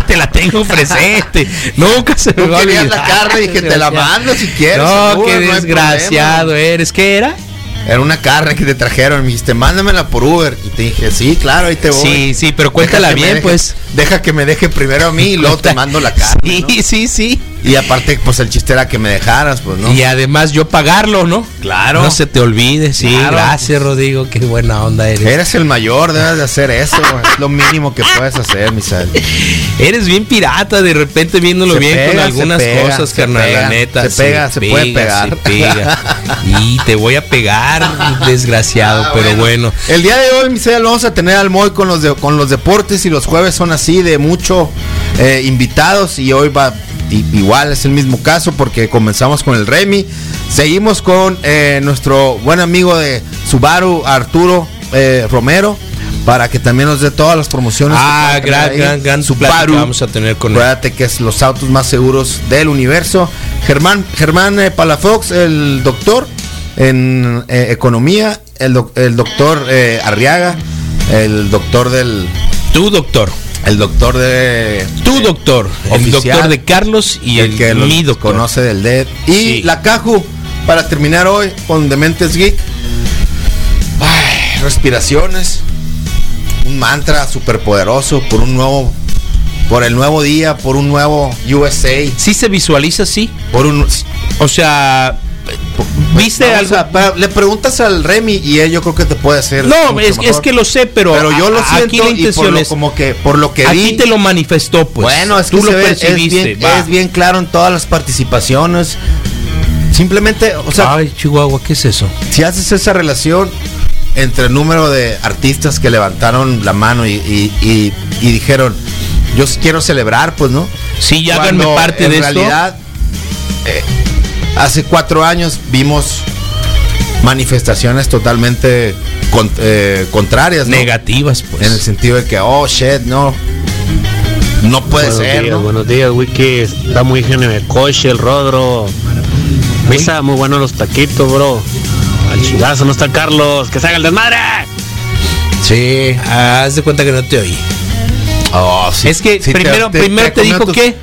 Speaker 3: te la tengo presente. Nunca se me
Speaker 4: Tú
Speaker 3: va a
Speaker 4: querías la
Speaker 3: olvidar.
Speaker 4: carne y que te la mando si quieres. en
Speaker 3: No,
Speaker 4: Uber,
Speaker 3: qué
Speaker 4: hay
Speaker 3: desgraciado eres. ¿Qué era?
Speaker 4: problema. Era una carne que te trajeron. Me dijiste, mándamela por Uber. Y te dije, sí, claro, ahí te voy.
Speaker 3: Sí, sí, pero cuéntala
Speaker 4: Deja que me
Speaker 3: bien,
Speaker 4: deje-
Speaker 3: pues.
Speaker 4: Deja que me deje primero a mí y luego te mando la carne.
Speaker 3: Sí,
Speaker 4: ¿no?
Speaker 3: sí, sí.
Speaker 4: Y aparte, pues el chiste era que me dejaras, pues, ¿no?
Speaker 3: Y además yo pagarlo, ¿no?
Speaker 4: Claro.
Speaker 3: No se te olvide, sí.
Speaker 4: Claro.
Speaker 3: Gracias, Rodrigo. Qué buena onda eres.
Speaker 4: Eres el mayor, debes de hacer eso. es lo mínimo que puedes hacer, Misael.
Speaker 3: Eres bien pirata, de repente viéndolo
Speaker 4: Se
Speaker 3: bien con
Speaker 4: pega, se
Speaker 3: algunas
Speaker 4: pega,
Speaker 3: cosas,
Speaker 4: se
Speaker 3: carnal, la
Speaker 4: pega,
Speaker 3: neta.
Speaker 4: se pega, se puede pegar.
Speaker 3: se pega.
Speaker 4: [laughs]
Speaker 3: Y te voy a pegar, desgraciado,
Speaker 4: Ah,
Speaker 3: pero bueno.
Speaker 4: El día de hoy, Misael, vamos a tener al Moy con los, de- con los deportes y los jueves son así de mucho eh, invitados y hoy va i- igual, es el mismo caso porque comenzamos con el Remy, seguimos con eh, nuestro buen amigo de Subaru, Arturo eh, Romero. Para que también nos dé todas las promociones. que
Speaker 3: Ah,
Speaker 4: pueda tener
Speaker 3: gran,
Speaker 4: ahí.
Speaker 3: gran, gran plática vamos a tener con él.
Speaker 4: Acuérdate que es los autos más seguros del universo. Germán, Germán eh, Palafox, el doctor en eh, economía, el, doc- el doctor eh, Arriaga, el doctor del,
Speaker 3: Tú, doctor.
Speaker 4: el doctor de
Speaker 3: Tú, doctor. el
Speaker 4: Oficial.
Speaker 3: doctor de Carlos y el,
Speaker 4: que
Speaker 3: mi
Speaker 4: lo
Speaker 3: doctor.
Speaker 4: conoce del DED y
Speaker 3: Sí.
Speaker 4: la Caju para terminar hoy con Dementes Geek. Ay, respiraciones, un mantra superpoderoso por un nuevo, por el nuevo día, por un nuevo USA.
Speaker 3: Sí se visualiza así.
Speaker 4: Por un.
Speaker 3: O sea, ¿viste
Speaker 4: Vamos
Speaker 3: algo?
Speaker 4: a- pa- le preguntas al Remy y él yo creo que te puede hacer.
Speaker 3: no,
Speaker 4: mucho
Speaker 3: es, es
Speaker 4: mejor.
Speaker 3: que lo sé, pero,
Speaker 4: Pero yo lo
Speaker 3: a-
Speaker 4: siento
Speaker 3: aquí la
Speaker 4: y por
Speaker 3: intención
Speaker 4: lo,
Speaker 3: es...
Speaker 4: como que por lo que
Speaker 3: aquí
Speaker 4: vi.
Speaker 3: te lo manifestó, pues.
Speaker 4: bueno, es que
Speaker 3: tú lo
Speaker 4: se ve-
Speaker 3: percibiste.
Speaker 4: es, bien,
Speaker 3: va.
Speaker 4: es bien claro en todas las participaciones. Simplemente, o sea,
Speaker 3: Ay, Chihuahua, ¿qué es eso?
Speaker 4: si haces esa relación, entre el número de artistas que levantaron la mano y, y- y- y dijeron, yo quiero celebrar, pues, ¿no?
Speaker 3: Sí, ya háganme
Speaker 4: Cuando
Speaker 3: parte de
Speaker 4: en
Speaker 3: esto.
Speaker 4: realidad, eh, hace cuatro años vimos manifestaciones totalmente con- eh, contrarias, ¿no?
Speaker 3: Negativas, pues.
Speaker 4: En el sentido de que, oh, shit, no. No puede
Speaker 10: Buenos
Speaker 4: ser,
Speaker 10: días,
Speaker 4: ¿no?
Speaker 10: buenos días, Wiki. Está muy genio el coche, el Rodro. Misa, muy buenos los taquitos, bro. Al chingazo no está Carlos. ¡Que se haga el desmadre!
Speaker 4: Sí.
Speaker 3: Ah, Haz de cuenta que no te oí.
Speaker 4: Oh, sí,
Speaker 3: Es que
Speaker 4: sí
Speaker 3: primero- primero te dijo
Speaker 4: comió
Speaker 3: qué.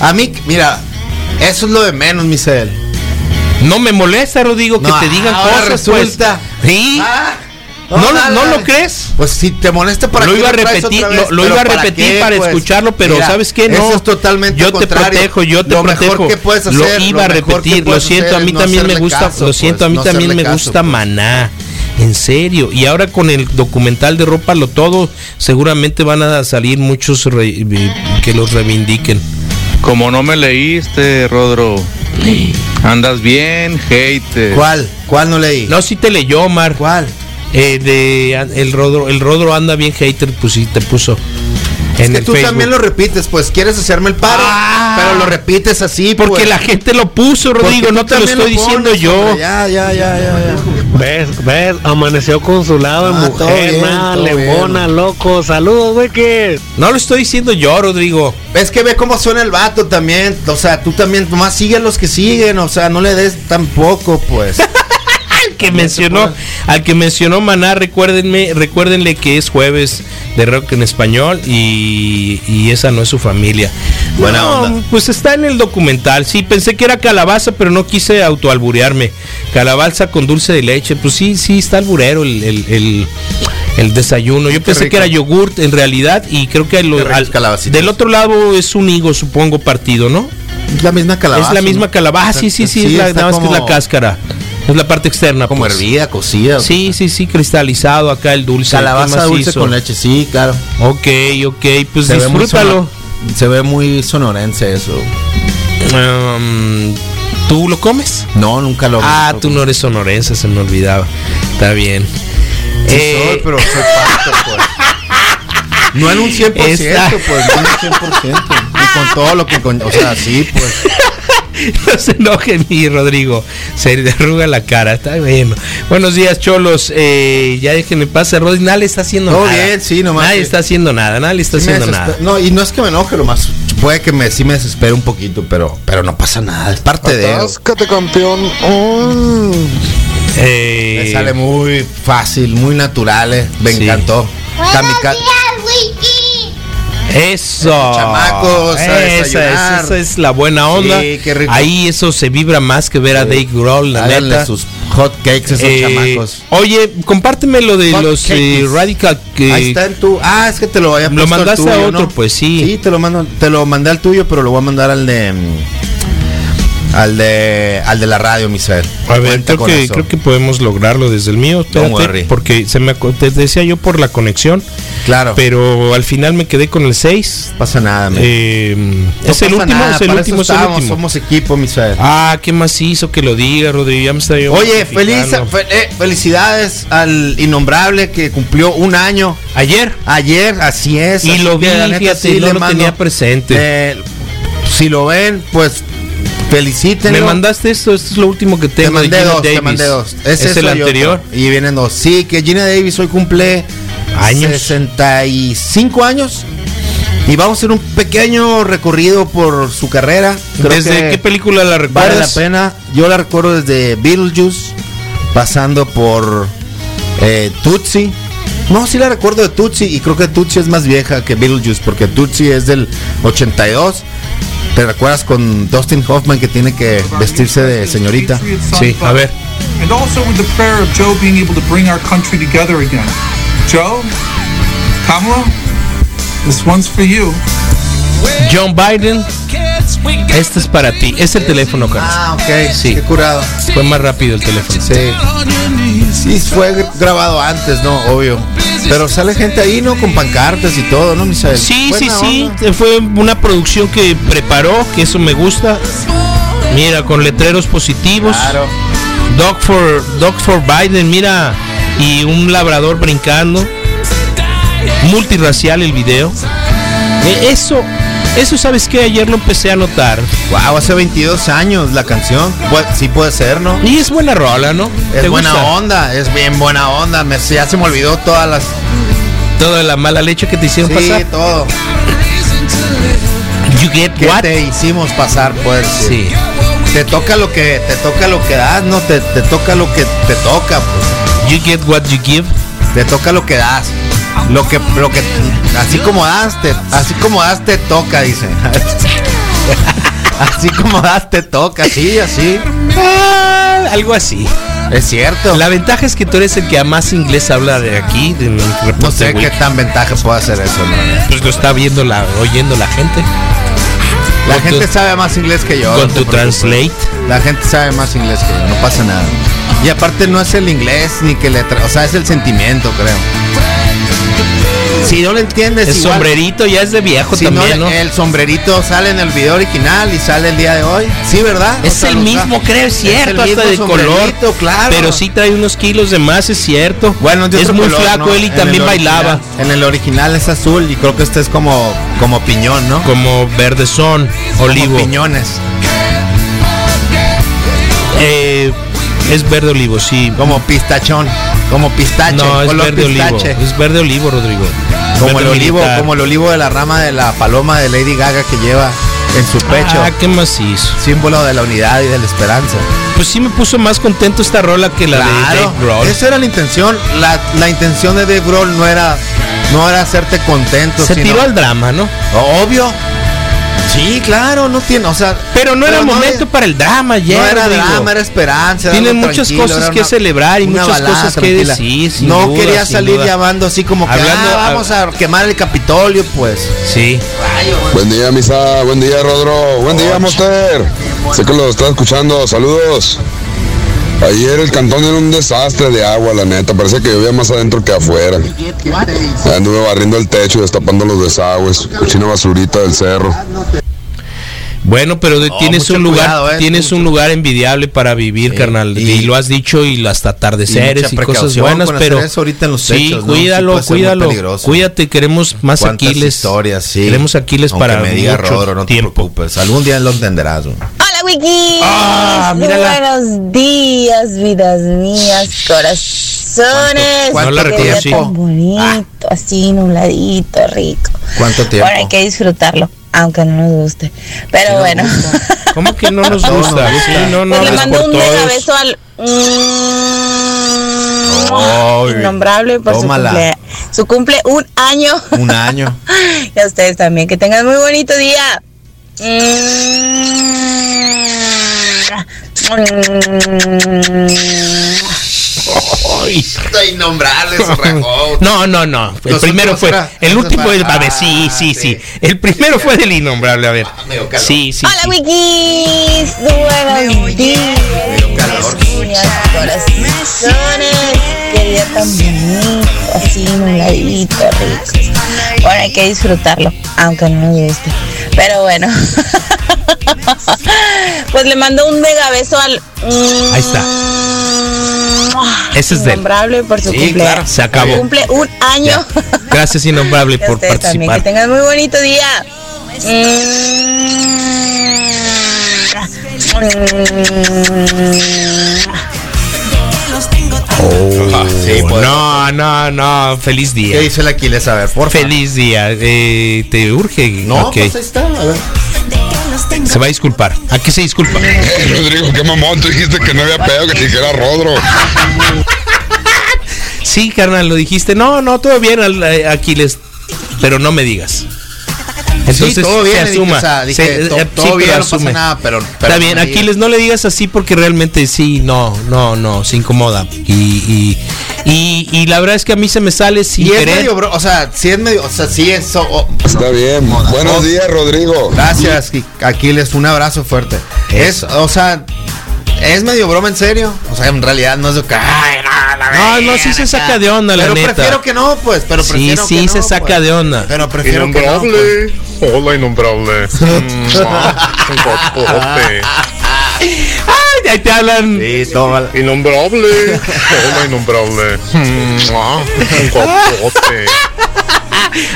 Speaker 4: A mí, mira, eso es lo de menos, Misael.
Speaker 3: No me molesta, Rodrigo, que
Speaker 4: No,
Speaker 3: te digan
Speaker 4: ahora
Speaker 3: cosas. pues.
Speaker 4: resulta.
Speaker 3: Sí.
Speaker 4: Ah,
Speaker 3: ¿No, lo-
Speaker 4: dale,
Speaker 3: no
Speaker 4: dale.
Speaker 3: lo crees?
Speaker 4: Pues si te molesta para
Speaker 3: lo
Speaker 4: qué
Speaker 3: iba a
Speaker 4: traes
Speaker 3: repetir,
Speaker 4: otra
Speaker 3: lo,
Speaker 4: vez?
Speaker 3: lo
Speaker 4: Pero
Speaker 3: iba a repetir
Speaker 4: qué,
Speaker 3: para
Speaker 4: pues?
Speaker 3: escucharlo, pero
Speaker 4: Mira,
Speaker 3: ¿sabes qué? No.
Speaker 4: Eso es totalmente
Speaker 3: Yo te
Speaker 4: contrario.
Speaker 3: protejo, yo te
Speaker 4: Lo mejor
Speaker 3: protejo.
Speaker 4: que puedes hacer,
Speaker 3: lo iba a
Speaker 4: mejor que
Speaker 3: repetir, lo
Speaker 4: puedes
Speaker 3: siento,
Speaker 4: hacer
Speaker 3: a mí
Speaker 4: es no
Speaker 3: también me
Speaker 4: hacerle
Speaker 3: gusta,
Speaker 4: caso,
Speaker 3: lo siento, a mí
Speaker 4: pues, no
Speaker 3: también me
Speaker 4: hacerle caso,
Speaker 3: gusta
Speaker 4: pues.
Speaker 3: Maná. En serio, y ahora con el documental de ropa lo todo, seguramente van a salir muchos re- eh, que los reivindiquen.
Speaker 11: Como no me leíste, Rodro. Andas bien, hate.
Speaker 4: ¿Cuál? ¿Cuál no leí?
Speaker 3: No, si te leyó, Omar.
Speaker 4: ¿Cuál?
Speaker 3: Eh, de el Rodro, el Rodro anda bien hater, pues sí, te puso.
Speaker 4: Es
Speaker 3: en
Speaker 4: que
Speaker 3: el
Speaker 4: tú
Speaker 3: Facebook.
Speaker 4: también lo repites, pues quieres hacerme el paro,
Speaker 3: Ah.
Speaker 4: pero lo repites así.
Speaker 3: Porque
Speaker 4: pues.
Speaker 3: la gente lo puso,
Speaker 4: Porque
Speaker 3: Rodrigo,
Speaker 4: tú
Speaker 3: no te lo
Speaker 4: también
Speaker 3: estoy diciendo
Speaker 4: pones,
Speaker 3: yo.
Speaker 4: hombre, Ya, ya, ya, ya, ya.
Speaker 10: ¿Ves? ¿Ves? Amaneció con su lado de
Speaker 4: Ah, todo
Speaker 10: mujer,
Speaker 4: bien,
Speaker 10: na,
Speaker 4: todo
Speaker 10: lembona, loco. Saludos, Wiki.
Speaker 3: No lo estoy diciendo yo, Rodrigo.
Speaker 4: Es que ve cómo suena el vato también. O sea, tú también nomás sigue a los que siguen. O sea, no le des tampoco, pues.
Speaker 3: Al que mencionó, al que mencionó Maná, recuérdenme, recuérdenle que es jueves de rock en español y, y esa no es su familia.
Speaker 4: Buena
Speaker 3: No,
Speaker 4: onda.
Speaker 3: Pues está en el documental. Sí, pensé que era calabaza, pero no quise autoalburearme. Calabaza con dulce de leche. Pues sí, sí, está alburero el, el, el- el desayuno. Yo pensé
Speaker 4: rico.
Speaker 3: que era yogurt en realidad y creo que lo-
Speaker 4: Qué ricas
Speaker 3: al-
Speaker 4: calabacitas.
Speaker 3: del otro lado es un higo, supongo, partido, ¿no?
Speaker 4: Es la misma calabaza.
Speaker 3: es la misma
Speaker 4: ¿no?
Speaker 3: calabaza. Ah, sí, sí, sí, es la,
Speaker 4: está
Speaker 3: nada más que es la
Speaker 4: como-
Speaker 3: cáscara. Es la parte externa.
Speaker 4: Como
Speaker 3: pues.
Speaker 4: hervida, cocida.
Speaker 3: Sí, sí, sí, cristalizado acá el dulce.
Speaker 4: Calabaza
Speaker 3: qué
Speaker 4: dulce
Speaker 3: macizo.
Speaker 4: con leche, sí, claro.
Speaker 3: Ok, ok, pues
Speaker 4: ve muy
Speaker 3: disfrútalo.
Speaker 4: sonor- se ve muy sonorense eso.
Speaker 3: Um, ¿Tú lo comes?
Speaker 4: No, nunca lo
Speaker 3: Ah,
Speaker 4: nunca
Speaker 3: tú
Speaker 4: lo-
Speaker 3: no eres sonorense, se me olvidaba. Está bien.
Speaker 4: Sí
Speaker 3: Eh,
Speaker 4: soy, pero soy pasto, pues. No en un 100%,
Speaker 3: Esta-
Speaker 4: pues, no en un 100%. Y con todo lo que... con- o sea, sí, pues.
Speaker 3: [laughs] No se enoje mi Rodrigo, se le arruga la cara, está bien. Buenos días, cholos. Eh, ya déjenme pase, Rodrigo. Nadie está haciendo
Speaker 4: Todo
Speaker 3: nada.
Speaker 4: bien, sí, nomás
Speaker 3: Nadie
Speaker 4: que-
Speaker 3: está haciendo nada, nadie está
Speaker 4: Sí me
Speaker 3: haciendo
Speaker 4: desesper-
Speaker 3: nada.
Speaker 4: No, y no es que me enoje, lo más puede que me sí me desespere un poquito, pero pero no pasa nada, es parte de
Speaker 3: Eh,
Speaker 4: Me sale muy fácil, muy natural, eh. me
Speaker 3: Sí.
Speaker 4: encantó. Kamika-
Speaker 3: Eso.
Speaker 4: Chamacos, a
Speaker 3: esa,
Speaker 4: desayunar.
Speaker 3: es, esa es la buena onda.
Speaker 4: Sí, qué rico.
Speaker 3: Ahí eso se vibra más que ver a Dave Grohl, la
Speaker 4: Háganle
Speaker 3: neta.
Speaker 4: sus hot cakes a esos
Speaker 3: Eh,
Speaker 4: chamacos.
Speaker 3: Oye, compárteme lo de
Speaker 4: Hot
Speaker 3: los eh,
Speaker 4: cakes.
Speaker 3: Radical que
Speaker 4: Ahí está en tu. Ah, es que te lo había
Speaker 3: Lo
Speaker 4: puesto al
Speaker 3: mandaste a
Speaker 4: tuyo,
Speaker 3: otro, pues, sí.
Speaker 4: Sí, te lo mando, te lo mandé al tuyo, pero lo voy a mandar al de mm, al de al de la radio, Misael.
Speaker 3: A ver,
Speaker 4: Cuenta
Speaker 3: creo
Speaker 4: con
Speaker 3: que,
Speaker 4: eso.
Speaker 3: creo que podemos lograrlo desde el mío, espérate,
Speaker 4: worry.
Speaker 3: porque se me aco- te decía yo por la conexión,
Speaker 4: claro,
Speaker 3: pero al final me quedé con el 6.
Speaker 4: no pasa nada, men. No
Speaker 3: eh, es el
Speaker 4: pasa
Speaker 3: último,
Speaker 4: nada,
Speaker 3: es el
Speaker 4: para
Speaker 3: último,
Speaker 4: eso
Speaker 3: es el
Speaker 4: estábamos,
Speaker 3: último.
Speaker 4: Somos equipo, Misael.
Speaker 3: Ah, qué más hizo que lo diga, Rodrigo. Ya me está yo
Speaker 4: Oye, feliz,
Speaker 3: mortificando.
Speaker 4: fel- eh, felicidades al innombrable que cumplió un año
Speaker 3: Ayer.
Speaker 4: ayer, así es.
Speaker 3: Y
Speaker 4: así
Speaker 3: lo
Speaker 4: que
Speaker 3: vi,
Speaker 4: la neta
Speaker 3: fíjate, no
Speaker 4: le
Speaker 3: lo tenía presente.
Speaker 4: eh, si lo ven, pues felicítenlo.
Speaker 3: Me mandaste esto, esto es lo último que tengo.
Speaker 4: Te
Speaker 3: de
Speaker 4: mandé
Speaker 3: Gina
Speaker 4: dos, te
Speaker 3: Davis.
Speaker 4: mandé dos.
Speaker 3: Es,
Speaker 4: Ese
Speaker 3: el
Speaker 4: soy yo,
Speaker 3: anterior.
Speaker 4: Y vienen dos. Sí, que Gina Davis hoy cumple
Speaker 3: Años.
Speaker 4: 65 años. Y vamos a hacer un pequeño recorrido por su carrera. Creo
Speaker 3: ¿Desde
Speaker 4: que
Speaker 3: qué película la
Speaker 4: vale la
Speaker 3: recuerdas?
Speaker 4: pena. Yo la recuerdo desde Beetlejuice, pasando por eh, Tootsie. No, sí la recuerdo de Tootsie y creo que Tootsie es más vieja que Beetlejuice porque Tootsie es del 82. ¿Te recuerdas con Dustin Hoffman que tiene que vestirse de señorita?
Speaker 3: Sí, a ver.
Speaker 8: And also with the prayer of Joe being able to bring our country together again. Joe, Kamala, this one's for you.
Speaker 3: John Biden, este es para ti. Es el teléfono, Carlos.
Speaker 4: Ah, ok,
Speaker 3: Sí.
Speaker 4: Qué curado.
Speaker 3: Fue más rápido el teléfono.
Speaker 4: Sí. Sí, fue gr- grabado antes, ¿no? Obvio. Pero sale gente ahí, ¿no? Con pancartas y todo, ¿no, Misael?
Speaker 3: Sí, sí,
Speaker 4: Buena
Speaker 3: sí.
Speaker 4: onda.
Speaker 3: Fue una producción que preparó, que eso me gusta. Mira, con letreros positivos.
Speaker 4: Claro.
Speaker 3: Dog for, Dog for Biden, mira. y un labrador brincando. Multirracial el video. Eh, Eso, eso sabes que ayer lo empecé a notar.
Speaker 4: Wow, hace 22 años la canción. Pues, sí puede ser, ¿no?
Speaker 3: Y es buena rola, ¿no?
Speaker 4: Es
Speaker 3: ¿Te
Speaker 4: buena
Speaker 3: gusta?
Speaker 4: onda, es bien buena onda. Me, ya se me olvidó todas las.
Speaker 3: Toda la mala leche que te hicieron
Speaker 4: Sí,
Speaker 3: pasar.
Speaker 4: todo.
Speaker 3: You get
Speaker 4: Que
Speaker 3: what?
Speaker 4: te hicimos pasar, pues.
Speaker 3: Sí.
Speaker 4: Te toca lo que te toca lo que das, no te, te toca lo que te toca, pues.
Speaker 3: You get what you give.
Speaker 4: Te toca lo que das. Lo que lo que así como das, te, así como das te toca, dice. [laughs] así como das te toca, sí, así.
Speaker 3: Ah, algo así.
Speaker 4: Es cierto.
Speaker 3: La ventaja es que tú eres el que más inglés habla de aquí. de Reporte
Speaker 4: No sé
Speaker 3: Wiki.
Speaker 4: qué tan ventaja puede hacer eso, la verdad.
Speaker 3: Pues lo está viendo la, oyendo la gente.
Speaker 4: La
Speaker 3: Con
Speaker 4: gente
Speaker 3: tu-
Speaker 4: sabe más inglés que yo. no
Speaker 3: con
Speaker 4: te
Speaker 3: tu
Speaker 4: preocupes.
Speaker 3: translate.
Speaker 4: La gente sabe más inglés que yo, no pasa nada. Y aparte no es el inglés ni que le tra- o sea, es el sentimiento, creo. Si no lo entiendes,
Speaker 3: El
Speaker 4: igual-
Speaker 3: sombrerito ya es de viejo
Speaker 4: si
Speaker 3: también,
Speaker 4: no, eh,
Speaker 3: ¿no?
Speaker 4: el sombrerito sale en el video original y sale el día de hoy. Sí, ¿verdad? O
Speaker 3: Es
Speaker 4: sea,
Speaker 3: el
Speaker 4: lo
Speaker 3: mismo,
Speaker 4: sa-
Speaker 3: creo, es
Speaker 4: es
Speaker 3: cierto,
Speaker 4: el
Speaker 3: hasta de
Speaker 4: mismo
Speaker 3: color.
Speaker 4: sombrerito, claro.
Speaker 3: Pero sí trae unos kilos de más, es cierto.
Speaker 4: Bueno, de
Speaker 3: es
Speaker 4: otro
Speaker 3: muy
Speaker 4: color,
Speaker 3: flaco
Speaker 4: ¿no?
Speaker 3: él y
Speaker 4: En
Speaker 3: también
Speaker 4: el original-
Speaker 3: bailaba.
Speaker 4: En el original es azul y creo que este es como como piñón, ¿no?
Speaker 3: Como verde son, olivo.
Speaker 4: Como piñones.
Speaker 3: Eh, es verde olivo, sí.
Speaker 4: Como pistachón, como pistache,
Speaker 3: No, es
Speaker 4: color
Speaker 3: verde
Speaker 4: pistache.
Speaker 3: olivo. Es verde olivo, Rodrigo.
Speaker 4: Como el
Speaker 3: Verde
Speaker 4: olivo,
Speaker 3: militar.
Speaker 4: como el olivo de la rama de la paloma de Lady Gaga que lleva en su pecho,
Speaker 3: Ah, qué macizo.
Speaker 4: símbolo de la unidad y de la esperanza.
Speaker 3: Pues sí me puso más contento esta rola que la de Dave Grohl.
Speaker 4: esa era la intención. La, la intención de Dave Grohl no era no era hacerte contento,
Speaker 3: Se
Speaker 4: sino-
Speaker 3: tiró al drama, ¿no?
Speaker 4: obvio. Sí, claro, no tiene, o sea,
Speaker 3: Pero no era
Speaker 4: pero
Speaker 3: momento para el drama, ya.
Speaker 4: no era
Speaker 3: Rodrigo.
Speaker 4: drama, era esperanza. era
Speaker 3: Tienen
Speaker 4: algo
Speaker 3: muchas
Speaker 4: tranquilo,
Speaker 3: cosas
Speaker 4: era
Speaker 3: que celebrar y
Speaker 4: una
Speaker 3: muchas
Speaker 4: balada
Speaker 3: cosas que
Speaker 4: tranquila.
Speaker 3: decir, sin
Speaker 4: No
Speaker 3: duda,
Speaker 4: quería
Speaker 3: sin
Speaker 4: salir
Speaker 3: duda.
Speaker 4: llamando así como que
Speaker 3: Hablando-
Speaker 4: "Ah, vamos a quemar el Capitolio, pues.
Speaker 3: Sí.
Speaker 5: Buen día, Misa. Buen día, Rodro. Buen día, Moster. Sé que lo está escuchando. Saludos. Ayer el cantón era un desastre de agua, la neta. Parece que llovía más adentro que afuera. Anduve barriendo el techo, destapando los desagües. Cochina basurita del cerro.
Speaker 3: Bueno, pero de-
Speaker 4: Oh,
Speaker 3: tienes
Speaker 4: mucho
Speaker 3: un lugar,
Speaker 4: cuidado, eh,
Speaker 3: tienes
Speaker 4: mucho.
Speaker 3: un lugar envidiable para vivir, carnal, y,
Speaker 4: y-
Speaker 3: lo has dicho y hasta atardeceres
Speaker 4: y
Speaker 3: y, cosas
Speaker 4: mucha precaución
Speaker 3: buenas,
Speaker 4: con hacer
Speaker 3: pero
Speaker 4: eso ahorita en los
Speaker 3: sí,
Speaker 4: techos, ¿no? Sí
Speaker 3: cuídalo,
Speaker 4: puede ser muy
Speaker 3: cuídalo,
Speaker 4: peligroso.
Speaker 3: cuídate, queremos más
Speaker 4: ¿Cuántas
Speaker 3: Aquiles,
Speaker 4: historias, sí.
Speaker 3: queremos Aquiles
Speaker 4: Aunque
Speaker 3: para
Speaker 4: me diga
Speaker 3: mucho
Speaker 4: Rodro, no
Speaker 3: tiempo.
Speaker 4: te preocupes. Algún día lo entenderás. güey.
Speaker 7: Hola Wiki.
Speaker 4: Ah,
Speaker 7: Muy buenos días, vidas mías, corazones.
Speaker 4: ¿Cuánto- Ah. cuánto
Speaker 7: Qué día
Speaker 4: reconocí?
Speaker 7: tan bonito, así nubladito, rico.
Speaker 4: ¿Cuánto tiempo?
Speaker 7: Ahora hay que disfrutarlo, aunque no nos guste. Pero bueno. [laughs]
Speaker 3: ¿Cómo que no nos gusta? Sí, no, no,
Speaker 7: Pues le
Speaker 3: hables
Speaker 7: mando
Speaker 3: por
Speaker 7: un
Speaker 3: todos.
Speaker 7: mega beso al innombrable por su
Speaker 4: tómala.
Speaker 7: cumple, su cumple un año.
Speaker 4: Un año.
Speaker 7: y a ustedes también. Que tengan muy bonito día.
Speaker 4: Estoy innombrable,
Speaker 3: [laughs]
Speaker 4: se rajó.
Speaker 3: No, no, no. El
Speaker 4: Los
Speaker 3: primero
Speaker 4: últimos
Speaker 3: fue.
Speaker 4: era-
Speaker 3: El último es.
Speaker 4: Ah,
Speaker 3: A ver, sí, sí, sí.
Speaker 4: sí.
Speaker 3: El primero fue del innombrable, a ver.
Speaker 4: me dio calor.
Speaker 3: Sí, sí.
Speaker 7: Hola
Speaker 3: sí.
Speaker 7: Wikis, buenos días,
Speaker 4: calor.
Speaker 7: Niñas, corazones, qué día tan bonito, así nubladito, rico. Bueno, hay que disfrutarlo, aunque no nos guste. Pero bueno, [laughs] pues le mando un mega beso al
Speaker 3: Ahí está. Ese es de él.
Speaker 7: innombrable por su
Speaker 3: Sí,
Speaker 7: cumpleaños.
Speaker 3: claro, se acabó.
Speaker 7: Cumple un año.
Speaker 3: Gracias, innombrable,
Speaker 7: Y a
Speaker 3: por
Speaker 7: ustedes también,
Speaker 3: participar.
Speaker 7: que tengan muy bonito día.
Speaker 4: Sí, pues.
Speaker 3: Oh. No, no, no. Feliz día.
Speaker 4: ¿Qué dice el Aquiles? A ver, por
Speaker 3: Feliz día. Eh, te urge.
Speaker 4: No,
Speaker 3: Ok.
Speaker 4: pues ahí está. A ver.
Speaker 3: Se va a disculpar. ¿A qué se disculpa?
Speaker 4: [laughs]
Speaker 5: Hey, Rodrigo, qué mamón. Tú dijiste que no había pedo que te dijera Rodro.
Speaker 3: Sí, carnal, lo dijiste. No, no, todo bien, al- eh, Aquiles. Pero no me digas. Entonces,
Speaker 4: sí, todo bien,
Speaker 3: se
Speaker 4: le dije,
Speaker 3: asuma.
Speaker 4: o sea, dije,
Speaker 3: Se-
Speaker 4: to-
Speaker 3: eh, sí,
Speaker 4: todo bien,
Speaker 3: pero
Speaker 4: no pasa
Speaker 3: asume.
Speaker 4: nada, pero, pero
Speaker 3: Está bien,
Speaker 4: no me
Speaker 3: Aquiles, no le digas así porque realmente sí, no, no, no, se incomoda. Y, y, y, y la verdad es que a mí se me sale sin
Speaker 4: Y es
Speaker 3: querer.
Speaker 4: medio, bro, o sea, sí es medio, o sea, sí es. so- o-
Speaker 5: Está bien. Buenos días, Rodrigo.
Speaker 4: Gracias, Qui- Aquiles, un abrazo fuerte. Es, o sea, es medio broma en serio. O sea, en realidad no es de que. "Ay, no, la
Speaker 3: No,
Speaker 4: verga,
Speaker 3: no, sí se
Speaker 4: acá".
Speaker 3: saca de onda, la
Speaker 4: Pero
Speaker 3: neta.
Speaker 4: prefiero que no, pues. Pero
Speaker 3: Sí,
Speaker 4: prefiero
Speaker 3: sí,
Speaker 4: que no, pues".
Speaker 3: se saca de onda.
Speaker 4: Pero prefiero que no. pues.
Speaker 12: Hola, innombrable.
Speaker 3: Ay, ahí te hablan.
Speaker 4: Sí, toma.
Speaker 13: [laughs]
Speaker 14: Innombrable. Hola, innombrable. Mm, ah, un guapote.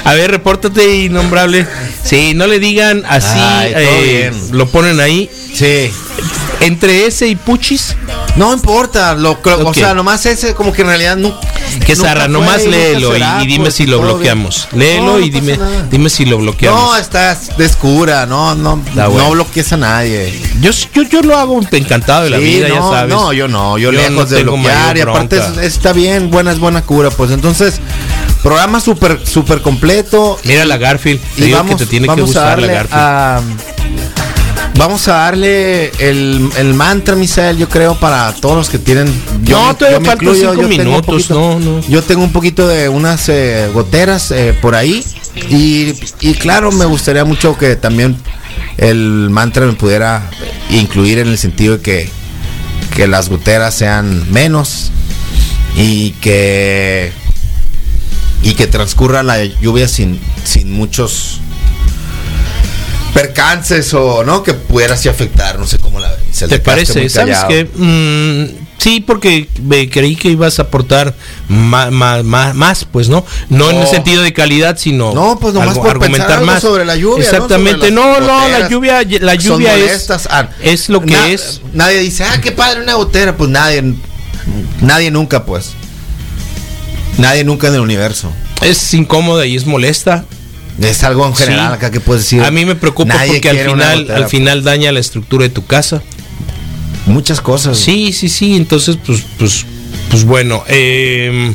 Speaker 3: A ver, repórtate, innombrable. Sí, no le digan así.
Speaker 4: Ay, todo
Speaker 3: eh,
Speaker 4: bien.
Speaker 3: Lo ponen ahí.
Speaker 4: Sí.
Speaker 3: Entre ese y Puchis.
Speaker 4: No importa, lo, creo- o
Speaker 3: Ok.
Speaker 4: sea, nomás ese como que en realidad no.
Speaker 3: Que
Speaker 4: nunca
Speaker 3: Sara,
Speaker 4: fue
Speaker 3: nomás
Speaker 4: y nunca
Speaker 3: léelo y,
Speaker 4: será,
Speaker 3: y dime
Speaker 4: porque
Speaker 3: si lo
Speaker 4: todo bien.
Speaker 3: bloqueamos. Léelo
Speaker 4: No, no
Speaker 3: y dime,
Speaker 4: pasa nada.
Speaker 3: dime si lo
Speaker 4: No,
Speaker 3: bloqueamos.
Speaker 4: estás de escura, no, no,
Speaker 3: Está bueno.
Speaker 4: no bloquees a nadie.
Speaker 3: yo, yo, yo lo hago encantado de la
Speaker 4: Sí,
Speaker 3: vida, ya
Speaker 4: no,
Speaker 3: sabes.
Speaker 4: no, yo no, yo, lejos
Speaker 3: no
Speaker 4: de
Speaker 3: tengo
Speaker 4: bloquear y
Speaker 3: mayor
Speaker 4: aparte
Speaker 3: bronca.
Speaker 4: es- está bien, buena es buena cura, pues entonces programa súper súper completo
Speaker 3: Mira la Garfield. Te
Speaker 4: y
Speaker 3: digo
Speaker 4: vamos,
Speaker 3: que te tiene que
Speaker 4: vamos a
Speaker 3: gustar la
Speaker 4: darle
Speaker 3: Garfield.
Speaker 4: a- Vamos a darle el, el mantra, Misael, yo creo, para todos los que tienen. yo
Speaker 3: No,
Speaker 4: me-
Speaker 3: todavía
Speaker 4: yo me
Speaker 3: faltan
Speaker 4: incluyo,
Speaker 3: cinco
Speaker 4: yo tengo un
Speaker 3: minutos,
Speaker 4: poquito-
Speaker 3: no, no.
Speaker 4: Yo tengo un poquito de unas eh, goteras eh, por ahí. Y, y claro, me gustaría mucho que también el mantra me pudiera incluir en el sentido de que, que las goteras sean menos y que y que transcurra la lluvia sin, sin muchos percances o no que pudiera así afectar, no sé cómo la ves.
Speaker 3: ¿Te parece? ¿Sabes qué? Mm, sí, porque me creí que ibas a aportar más, más, más, pues, ¿no? No en
Speaker 4: No.
Speaker 3: el sentido de calidad, sino
Speaker 4: No, pues nomás
Speaker 3: algo-
Speaker 4: por pensar algo sobre la lluvia.
Speaker 3: Exactamente. No, no, la lluvia, la lluvia es,
Speaker 4: es,
Speaker 3: es lo que es.
Speaker 4: Ah, Nadie dice, ah, qué padre, una gotera. Pues nadie, nadie nunca, pues. Nadie nunca en el universo.
Speaker 3: Es incómoda y es molesta.
Speaker 4: Es algo en general
Speaker 3: Sí.
Speaker 4: acá que puedes decir.
Speaker 3: A mí me preocupa
Speaker 4: nadie
Speaker 3: porque al
Speaker 4: quiere una
Speaker 3: final,
Speaker 4: gotera,
Speaker 3: al
Speaker 4: pues.
Speaker 3: final daña la estructura de tu casa.
Speaker 4: Muchas cosas.
Speaker 3: Sí, sí, sí. Entonces, pues, pues, pues bueno. eh,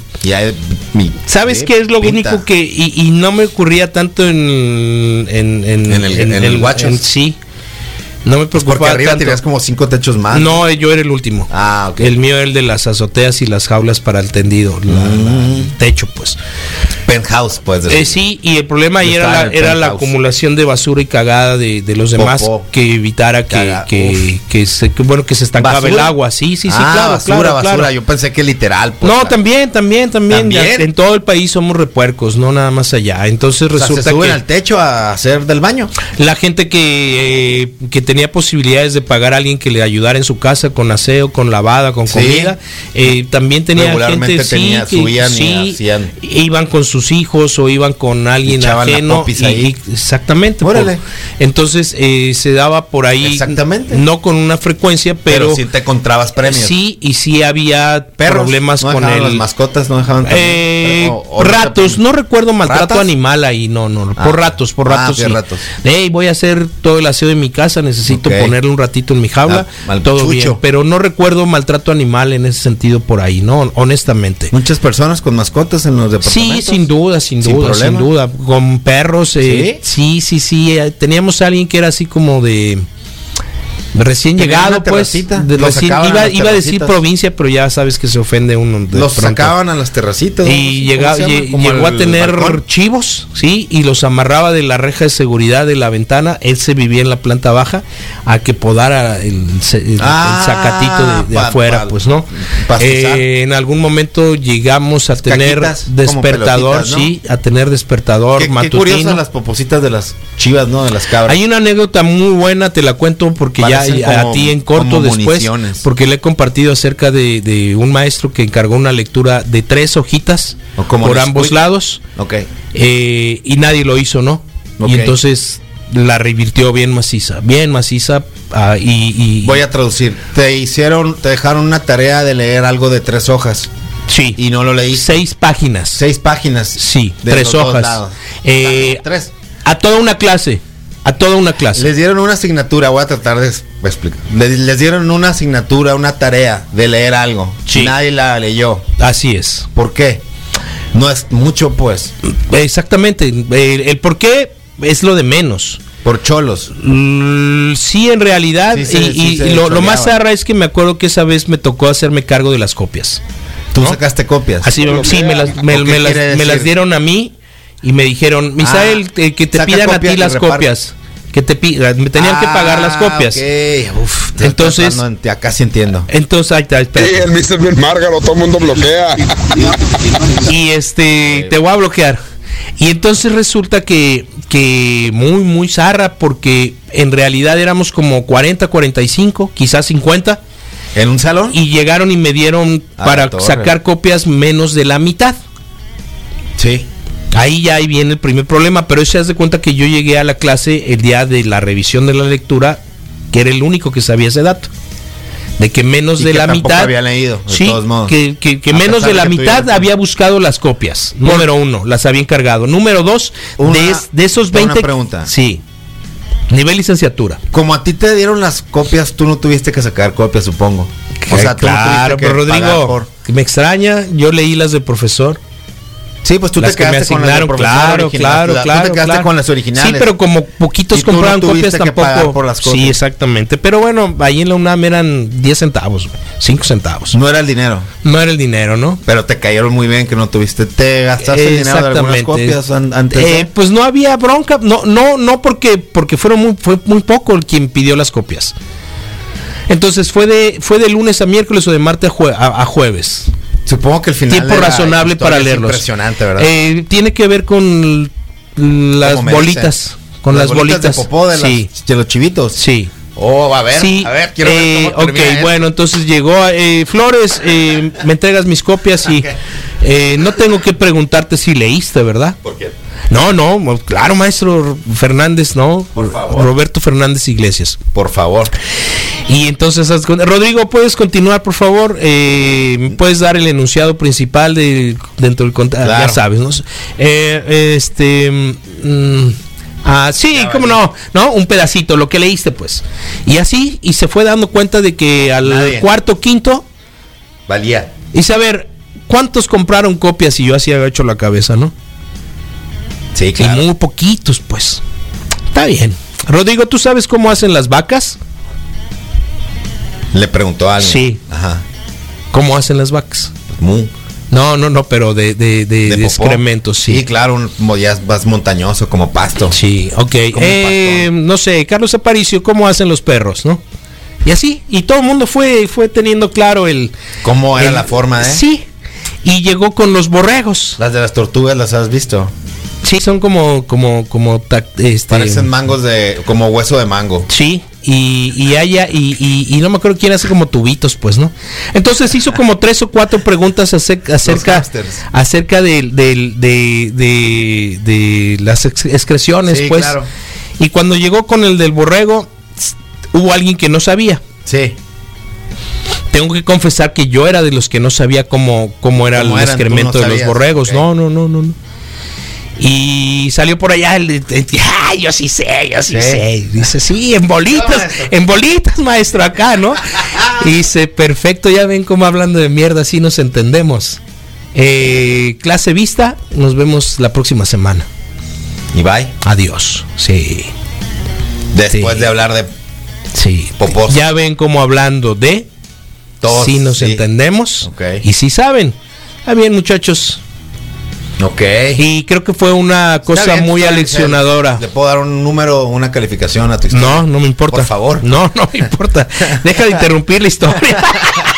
Speaker 3: ¿Sabes
Speaker 4: eh,
Speaker 3: qué es lo
Speaker 4: pinta.
Speaker 3: único que y, y no me ocurría tanto en en en,
Speaker 4: En el- en el Guachas.
Speaker 3: en- sí. No me preocupaba
Speaker 4: Porque arriba
Speaker 3: tanto.
Speaker 4: tenías como cinco techos más.
Speaker 3: No, eh, yo era el último.
Speaker 4: Ah, ok.
Speaker 3: El mío era el de las azoteas y las jaulas para el tendido, la-
Speaker 4: Mm.
Speaker 3: el techo, pues.
Speaker 4: Penthouse, pues.
Speaker 3: Eh, sí, y el problema ahí
Speaker 4: Yo
Speaker 3: era
Speaker 4: estaba
Speaker 3: la,
Speaker 4: en el
Speaker 3: era la
Speaker 4: penthouse.
Speaker 3: acumulación de basura y cagada de, de los demás
Speaker 4: Popó.
Speaker 3: que evitara que,
Speaker 4: Caga-
Speaker 3: que, que se, que, bueno que se estancaba
Speaker 4: ¿Basura?
Speaker 3: el agua. Sí, sí, sí,
Speaker 4: Ah,
Speaker 3: claro,
Speaker 4: basura,
Speaker 3: claro,
Speaker 4: basura.
Speaker 3: claro.
Speaker 4: Yo pensé que literal. pues,
Speaker 3: No,
Speaker 4: la-
Speaker 3: también, también, también. ya
Speaker 4: ¿También?
Speaker 3: en todo el país somos repuercos, no nada más allá. Entonces
Speaker 4: o sea,
Speaker 3: resulta
Speaker 4: se suben
Speaker 3: que
Speaker 4: al techo a hacer del baño.
Speaker 3: la gente que, eh, que tenía posibilidades de pagar a alguien que le ayudara en su casa con aseo, con lavada, con
Speaker 4: Sí.
Speaker 3: comida, eh, también tenía
Speaker 4: Regularmente
Speaker 3: gente sí,
Speaker 4: tenía-
Speaker 3: que
Speaker 4: subían y
Speaker 3: sí,
Speaker 4: hacían.
Speaker 3: iban con sus hijos o iban con alguien
Speaker 4: Echaban la
Speaker 3: ajeno.
Speaker 4: popis
Speaker 3: y-
Speaker 4: ahí.
Speaker 3: y- exactamente.
Speaker 4: Órale.
Speaker 3: por- entonces eh, se daba por ahí.
Speaker 4: Exactamente.
Speaker 3: No con una frecuencia,
Speaker 4: Pero,
Speaker 3: pero,
Speaker 4: si te encontrabas premios.
Speaker 3: sí y sí había
Speaker 4: Perros,
Speaker 3: problemas
Speaker 4: no
Speaker 3: con
Speaker 4: dejaban
Speaker 3: el
Speaker 4: las mascotas, no dejaban. también,
Speaker 3: eh,
Speaker 4: pero- o- o-
Speaker 3: ratos, no recuerdo maltrato
Speaker 4: ¿Ratas?
Speaker 3: animal ahí, no, no, no,
Speaker 4: Ah.
Speaker 3: por ratos, por
Speaker 4: Ah,
Speaker 3: ratos.
Speaker 4: sí,
Speaker 3: sí.
Speaker 4: ratos.
Speaker 3: Ey, voy a hacer todo el aseo de mi casa, necesito
Speaker 4: Ok.
Speaker 3: ponerle un ratito en mi jaula,
Speaker 4: Ah, mal
Speaker 3: todo
Speaker 4: chucho.
Speaker 3: bien, pero no recuerdo maltrato animal en ese sentido por ahí, no, honestamente.
Speaker 4: Muchas personas con mascotas en los
Speaker 3: Sí,
Speaker 4: departamentos.
Speaker 3: sin duda, sin
Speaker 4: Sin
Speaker 3: duda, sin
Speaker 4: problema.
Speaker 3: duda. Con perros, eh, sí, sí, sí. eh, teníamos a alguien que era así como de recién
Speaker 4: Tenía
Speaker 3: llegado,
Speaker 4: una
Speaker 3: pues.
Speaker 4: terracita,
Speaker 3: de
Speaker 4: lo
Speaker 3: recién-
Speaker 4: sacaban a
Speaker 3: iba,
Speaker 4: las
Speaker 3: iba a decir
Speaker 4: terracitas.
Speaker 3: provincia, pero ya sabes que se ofende uno. de
Speaker 4: Los
Speaker 3: pronto.
Speaker 4: sacaban a las terracitas. ¿no?
Speaker 3: Y
Speaker 4: ¿Cómo
Speaker 3: llega-
Speaker 4: se llama?
Speaker 3: lle-
Speaker 4: Como
Speaker 3: llegó a
Speaker 4: al
Speaker 3: tener
Speaker 4: balcón.
Speaker 3: chivos, ¿sí? Y los amarraba de la reja de seguridad de la ventana. Él se vivía en la planta baja a que podara el, se- el- el
Speaker 4: Ah,
Speaker 3: sacatito de- de,
Speaker 4: pa-
Speaker 3: afuera,
Speaker 4: pa-
Speaker 3: pues, ¿no?
Speaker 4: pastizar.
Speaker 3: Eh, en algún momento llegamos a tener
Speaker 4: Caquitas, como
Speaker 3: despertador,
Speaker 4: pelotitas, ¿no?
Speaker 3: sí, a tener despertador
Speaker 4: Qué, qué
Speaker 3: matutino.
Speaker 4: curiosas las popositas de las chivas, ¿no? De las cabras.
Speaker 3: Hay una anécdota muy buena, te la cuento porque
Speaker 4: Parecen
Speaker 3: ya a
Speaker 4: como-
Speaker 3: ti en corto
Speaker 4: como
Speaker 3: después,
Speaker 4: municiones.
Speaker 3: porque le he compartido acerca de, de un maestro que encargó una lectura de tres hojitas
Speaker 4: O como
Speaker 3: por
Speaker 4: Nesquik.
Speaker 3: ambos lados
Speaker 4: Ok.
Speaker 3: eh, y nadie lo hizo, ¿no?
Speaker 4: Ok.
Speaker 3: Y entonces la revirtió bien maciza, bien maciza ah, y, y-
Speaker 4: Voy a traducir. Te hicieron, te dejaron una tarea de leer algo de tres hojas
Speaker 3: sí,
Speaker 4: y no lo leíste.
Speaker 3: seis páginas,
Speaker 4: Seis páginas.
Speaker 3: sí,
Speaker 4: de
Speaker 3: tres
Speaker 4: los dos
Speaker 3: hojas,
Speaker 4: lados.
Speaker 3: Eh,
Speaker 4: Tres.
Speaker 3: a toda una clase, a toda una clase.
Speaker 4: Les dieron una asignatura, voy a tratar de es- explicar. Les, les dieron una asignatura, una tarea de leer algo.
Speaker 3: Sí.
Speaker 4: Nadie la leyó.
Speaker 3: Así es.
Speaker 4: ¿Por qué? No es mucho, pues.
Speaker 3: Exactamente. El, el por qué es lo de menos.
Speaker 4: Por cholos.
Speaker 3: Mm, sí, en realidad.
Speaker 4: Sí, se-
Speaker 3: y
Speaker 4: sí
Speaker 3: y
Speaker 4: se
Speaker 3: lo, lo más
Speaker 4: choreaba.
Speaker 3: zarra es que me acuerdo que esa vez me tocó hacerme cargo de las copias.
Speaker 4: Tú sacaste copias.
Speaker 3: Así, sí, me las, me-
Speaker 4: ¿O qué
Speaker 3: me las-
Speaker 4: quiere
Speaker 3: me las
Speaker 4: decir?
Speaker 3: dieron a mí y me dijeron, Misael,
Speaker 4: Ah,
Speaker 3: eh, que te
Speaker 4: saca
Speaker 3: pidan a
Speaker 4: copias
Speaker 3: ti
Speaker 4: y
Speaker 3: las
Speaker 4: reparte.
Speaker 3: copias. Que te pi- me tenían que pagar las
Speaker 4: Ah,
Speaker 3: copias.
Speaker 4: ok. Uf, te-
Speaker 3: Entonces-
Speaker 4: no, no, acá sí entiendo.
Speaker 3: Entonces, ahí está,
Speaker 15: Sí,
Speaker 3: espérate.
Speaker 15: el Mr. bien márgaro, todo el mundo bloquea.
Speaker 3: Y este, te voy a bloquear. Y entonces resulta que, que muy, muy zarra, porque en realidad éramos como 40, 45, quizás 50.
Speaker 4: ¿En un salón?
Speaker 3: Y llegaron y me dieron
Speaker 4: A la
Speaker 3: para
Speaker 4: torre.
Speaker 3: sacar copias menos de la mitad.
Speaker 4: Sí.
Speaker 3: Ahí ya ahí viene el primer problema, pero se hace de cuenta que yo llegué a la clase el día de la revisión de la lectura, que era el único que sabía ese dato. De que menos
Speaker 4: Y
Speaker 3: de
Speaker 4: que
Speaker 3: la
Speaker 4: tampoco
Speaker 3: mitad.
Speaker 4: había leído, de
Speaker 3: sí,
Speaker 4: todos modos.
Speaker 3: Que, que- que
Speaker 4: A
Speaker 3: menos
Speaker 4: pesar
Speaker 3: de
Speaker 4: de
Speaker 3: la
Speaker 4: que
Speaker 3: mitad
Speaker 4: tuviera-
Speaker 3: había buscado las copias. Número uno, las había encargado. Número dos, de, es- de esos
Speaker 4: tengo una
Speaker 3: 20.
Speaker 4: pregunta.
Speaker 3: Sí. Nivel licenciatura.
Speaker 4: Como a ti te dieron las copias, tú no tuviste que sacar copias, supongo. O sea, tú no
Speaker 3: claro,
Speaker 4: tuviste que
Speaker 3: pero
Speaker 4: pagar
Speaker 3: Rodrigo,
Speaker 4: por-
Speaker 3: me extraña, yo leí las de profesor.
Speaker 4: Sí, pues tú
Speaker 3: Las
Speaker 4: te
Speaker 3: que me
Speaker 4: quedaste con las del
Speaker 3: asignaron,
Speaker 4: profesor
Speaker 3: claro,
Speaker 4: original,
Speaker 3: claro,
Speaker 4: la- tú
Speaker 3: claro.
Speaker 4: te quedaste
Speaker 3: claro.
Speaker 4: con las originales.
Speaker 3: Sí, pero como poquitos
Speaker 4: Y tú no
Speaker 3: compraban
Speaker 4: tuviste
Speaker 3: copias
Speaker 4: que pagar
Speaker 3: tampoco.
Speaker 4: por las
Speaker 3: Sí,
Speaker 4: copias.
Speaker 3: exactamente. Pero bueno, ahí en la UNAM eran 10 centavos, 5 centavos.
Speaker 4: No era el dinero.
Speaker 3: No era el dinero, ¿no?
Speaker 4: Pero te cayeron muy bien que no tuviste. Te gastaste el dinero de algunas copias an- antes. de-
Speaker 3: Eh, pues no había bronca, no, no, no porque, porque fueron muy, fue muy poco el quien pidió las copias. Entonces fue de, fue de lunes a miércoles o de martes a, jue- a- a jueves.
Speaker 4: Supongo que el final.
Speaker 3: Tiempo
Speaker 4: de la
Speaker 3: razonable
Speaker 4: historia
Speaker 3: para
Speaker 4: es
Speaker 3: leerlos.
Speaker 4: Impresionante, ¿verdad?
Speaker 3: Eh, tiene que ver con l- las
Speaker 4: Como me
Speaker 3: bolitas.
Speaker 4: dicen.
Speaker 3: Con las, bolitas.
Speaker 4: de popó de, las-
Speaker 3: sí.
Speaker 4: de los chivitos.
Speaker 3: Sí.
Speaker 4: Oh, a ver,
Speaker 3: sí,
Speaker 4: a ver, quiero
Speaker 3: eh,
Speaker 4: ver cómo
Speaker 3: ok,
Speaker 4: termina esto.
Speaker 3: bueno, entonces llegó eh, Flores, eh, me entregas mis copias y eh, no tengo que preguntarte si leíste, ¿verdad?
Speaker 4: ¿Por qué?
Speaker 3: No, no, mo- claro, maestro Fernández, no. Roberto Fernández Iglesias.
Speaker 4: Por favor.
Speaker 3: Y entonces, haz cuenta- Rodrigo, puedes continuar, por favor. Eh, ¿me puedes dar el enunciado principal del- dentro del contacto. Ya
Speaker 4: Claro.
Speaker 3: sabes, ¿no? Eh, este. mm, ah, sí, cómo no, ¿no? Un pedacito, lo que leíste, pues. Y así, y se fue dando cuenta de que al
Speaker 4: Nadie.
Speaker 3: cuarto, quinto,
Speaker 4: Valía.
Speaker 3: dice, a ver, ¿cuántos compraron copias? Y yo así había hecho la cabeza, ¿no?
Speaker 4: Sí,
Speaker 3: Y muy poquitos, pues. Está bien. Rodrigo, ¿tú sabes cómo hacen las vacas?
Speaker 4: Le preguntó a alguien.
Speaker 3: Sí.
Speaker 4: Ajá.
Speaker 3: ¿Cómo hacen las vacas?
Speaker 4: Mu.
Speaker 3: No, no, no, pero de, de, de,
Speaker 4: De
Speaker 3: de
Speaker 4: popó.
Speaker 3: excrementos, sí.
Speaker 4: Sí, claro, un, mo- ya vas montañoso como pasto.
Speaker 3: Sí, ok.
Speaker 4: Como un
Speaker 3: Eh, no sé, Carlos Aparicio, ¿cómo hacen los perros, no? Y así, y todo el mundo fue, fue teniendo claro el...
Speaker 4: ¿Cómo Oh, era
Speaker 3: el-
Speaker 4: la forma ¿eh? de?
Speaker 3: Sí, y llegó con los borregos.
Speaker 4: Las de las tortugas las has visto.
Speaker 3: Sí, son como, como, como... tac- Este,
Speaker 4: Parecen mangos de. como hueso de mango.
Speaker 3: Sí, y, y haya, y, y- y no me acuerdo quién hace como tubitos, pues, ¿no? Entonces hizo como tres o cuatro preguntas acerca, acerca,
Speaker 4: hamsters.
Speaker 3: acerca del- del- de, de- de las ex- excreciones,
Speaker 4: Sí,
Speaker 3: pues.
Speaker 4: claro.
Speaker 3: Y cuando llegó con el del borrego, s- hubo alguien que no sabía.
Speaker 4: Sí.
Speaker 3: Tengo que confesar que yo era de los que no sabía cómo, cómo era
Speaker 4: ¿Cómo
Speaker 3: el
Speaker 4: eran? Tú
Speaker 3: excremento
Speaker 4: no
Speaker 3: de los
Speaker 4: sabías,
Speaker 3: borregos.
Speaker 4: ok.
Speaker 3: No, no, no, no, no. Y salió por allá el, el- el- "Ah, yo sí sé, yo sí,
Speaker 4: Sí.
Speaker 3: sé. Dice, sí, en bolitas, en bolitas, maestro, acá, ¿no? Y dice, perfecto, ya ven cómo hablando de mierda, así nos entendemos. Eh, clase vista, nos vemos la próxima semana.
Speaker 4: Y bye.
Speaker 3: Adiós. Sí,
Speaker 4: Después
Speaker 3: Sí.
Speaker 4: de hablar de
Speaker 3: sí.
Speaker 4: popos.
Speaker 3: Ya ven cómo hablando de...
Speaker 4: todos.
Speaker 3: si nos
Speaker 4: sí.
Speaker 3: entendemos
Speaker 4: Ok.
Speaker 3: y si saben. Está bien, muchachos.
Speaker 4: Ok.
Speaker 3: Y creo que fue una cosa
Speaker 4: Eh. Está bien,
Speaker 3: muy
Speaker 4: está bien,
Speaker 3: aleccionadora.
Speaker 4: ¿Le puedo dar un número, una calificación a tu historia?
Speaker 3: No, no me importa.
Speaker 4: Por favor.
Speaker 3: No, no me
Speaker 4: [laughs]
Speaker 3: importa. Deja de interrumpir la historia. [laughs]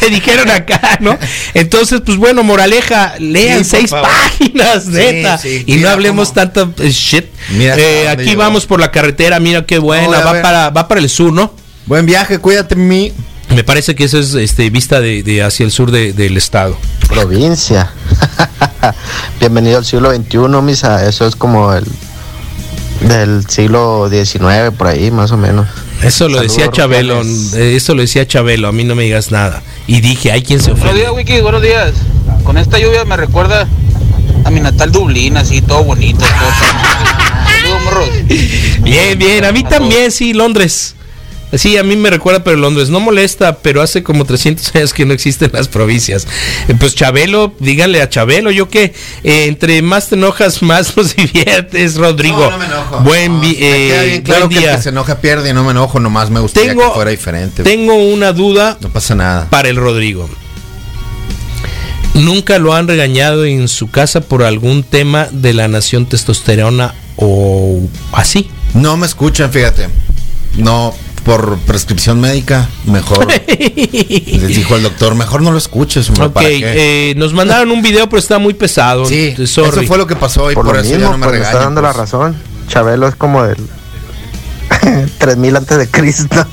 Speaker 3: Te dijeron acá, ¿no? Entonces, pues bueno, moraleja, lean
Speaker 4: Sí, por
Speaker 3: seis
Speaker 4: favor.
Speaker 3: páginas,
Speaker 4: Sí,
Speaker 3: neta.
Speaker 4: sí,
Speaker 3: y no
Speaker 4: mira
Speaker 3: hablemos
Speaker 4: cómo-
Speaker 3: tanta eh, shit.
Speaker 4: Mira hasta
Speaker 3: Eh,
Speaker 4: dónde
Speaker 3: aquí
Speaker 4: llegó.
Speaker 3: vamos por la carretera, mira qué buena.
Speaker 4: Oye, a
Speaker 3: va,
Speaker 4: ver.
Speaker 3: para, va para el sur, ¿no?
Speaker 4: Buen viaje, cuídate mi
Speaker 3: Me parece que eso es este, vista de, de hacia el sur de- del estado.
Speaker 13: Provincia. [laughs] Bienvenido al siglo XXI, misa. Eso es como el del siglo XIX, por ahí, más o menos.
Speaker 3: Eso lo
Speaker 13: Saludos,
Speaker 3: decía Chabelo,
Speaker 13: Rufianes.
Speaker 3: eh, eso lo decía Chabelo, a mí no me digas nada. Y dije, ay, ¿quién se
Speaker 16: Buenos
Speaker 3: ofende?
Speaker 16: días, Wiki, buenos días. Con esta lluvia me recuerda a mi natal Dublín, así todo bonito. Todo Saludos, morros.
Speaker 3: Bien, bien, a mí también, sí, Londres. Sí, a mí me recuerda, pero Londres no molesta, pero hace como 300 años que no existen las provincias. Eh, Pues Chabelo, díganle a Chabelo, yo que entre más te enojas, más nos [laughs] diviertes, Rodrigo.
Speaker 4: No, no me enojo.
Speaker 3: Buen, vi-
Speaker 4: Me queda
Speaker 3: eh,
Speaker 4: bien claro
Speaker 3: buen
Speaker 4: que el
Speaker 3: día.
Speaker 4: que se enoja pierde y no me enojo, nomás me gustaría
Speaker 3: Tengo-
Speaker 4: que fuera diferente.
Speaker 3: Tengo una duda
Speaker 4: no pasa nada.
Speaker 3: para el Rodrigo. ¿Nunca lo han regañado en su casa por algún tema de la nación testosterona o así?
Speaker 4: No me escuchan, fíjate. No, por prescripción médica,
Speaker 3: [laughs]
Speaker 4: mejor. les dijo el doctor, mejor no lo escuches, hombre,
Speaker 3: ok,
Speaker 4: ¿para qué?
Speaker 3: eh, nos mandaron un video, pero está muy pesado.
Speaker 4: Sí,
Speaker 3: Sorry.
Speaker 4: eso fue lo que pasó y
Speaker 13: Por,
Speaker 4: por,
Speaker 13: lo
Speaker 4: eso
Speaker 10: pues,
Speaker 13: mismo,
Speaker 4: ya no me
Speaker 13: pues, me está
Speaker 4: regañan.
Speaker 13: dando la
Speaker 4: pues.
Speaker 10: [laughs]
Speaker 13: razón. Chabelo es como del. 3000 antes de Cristo.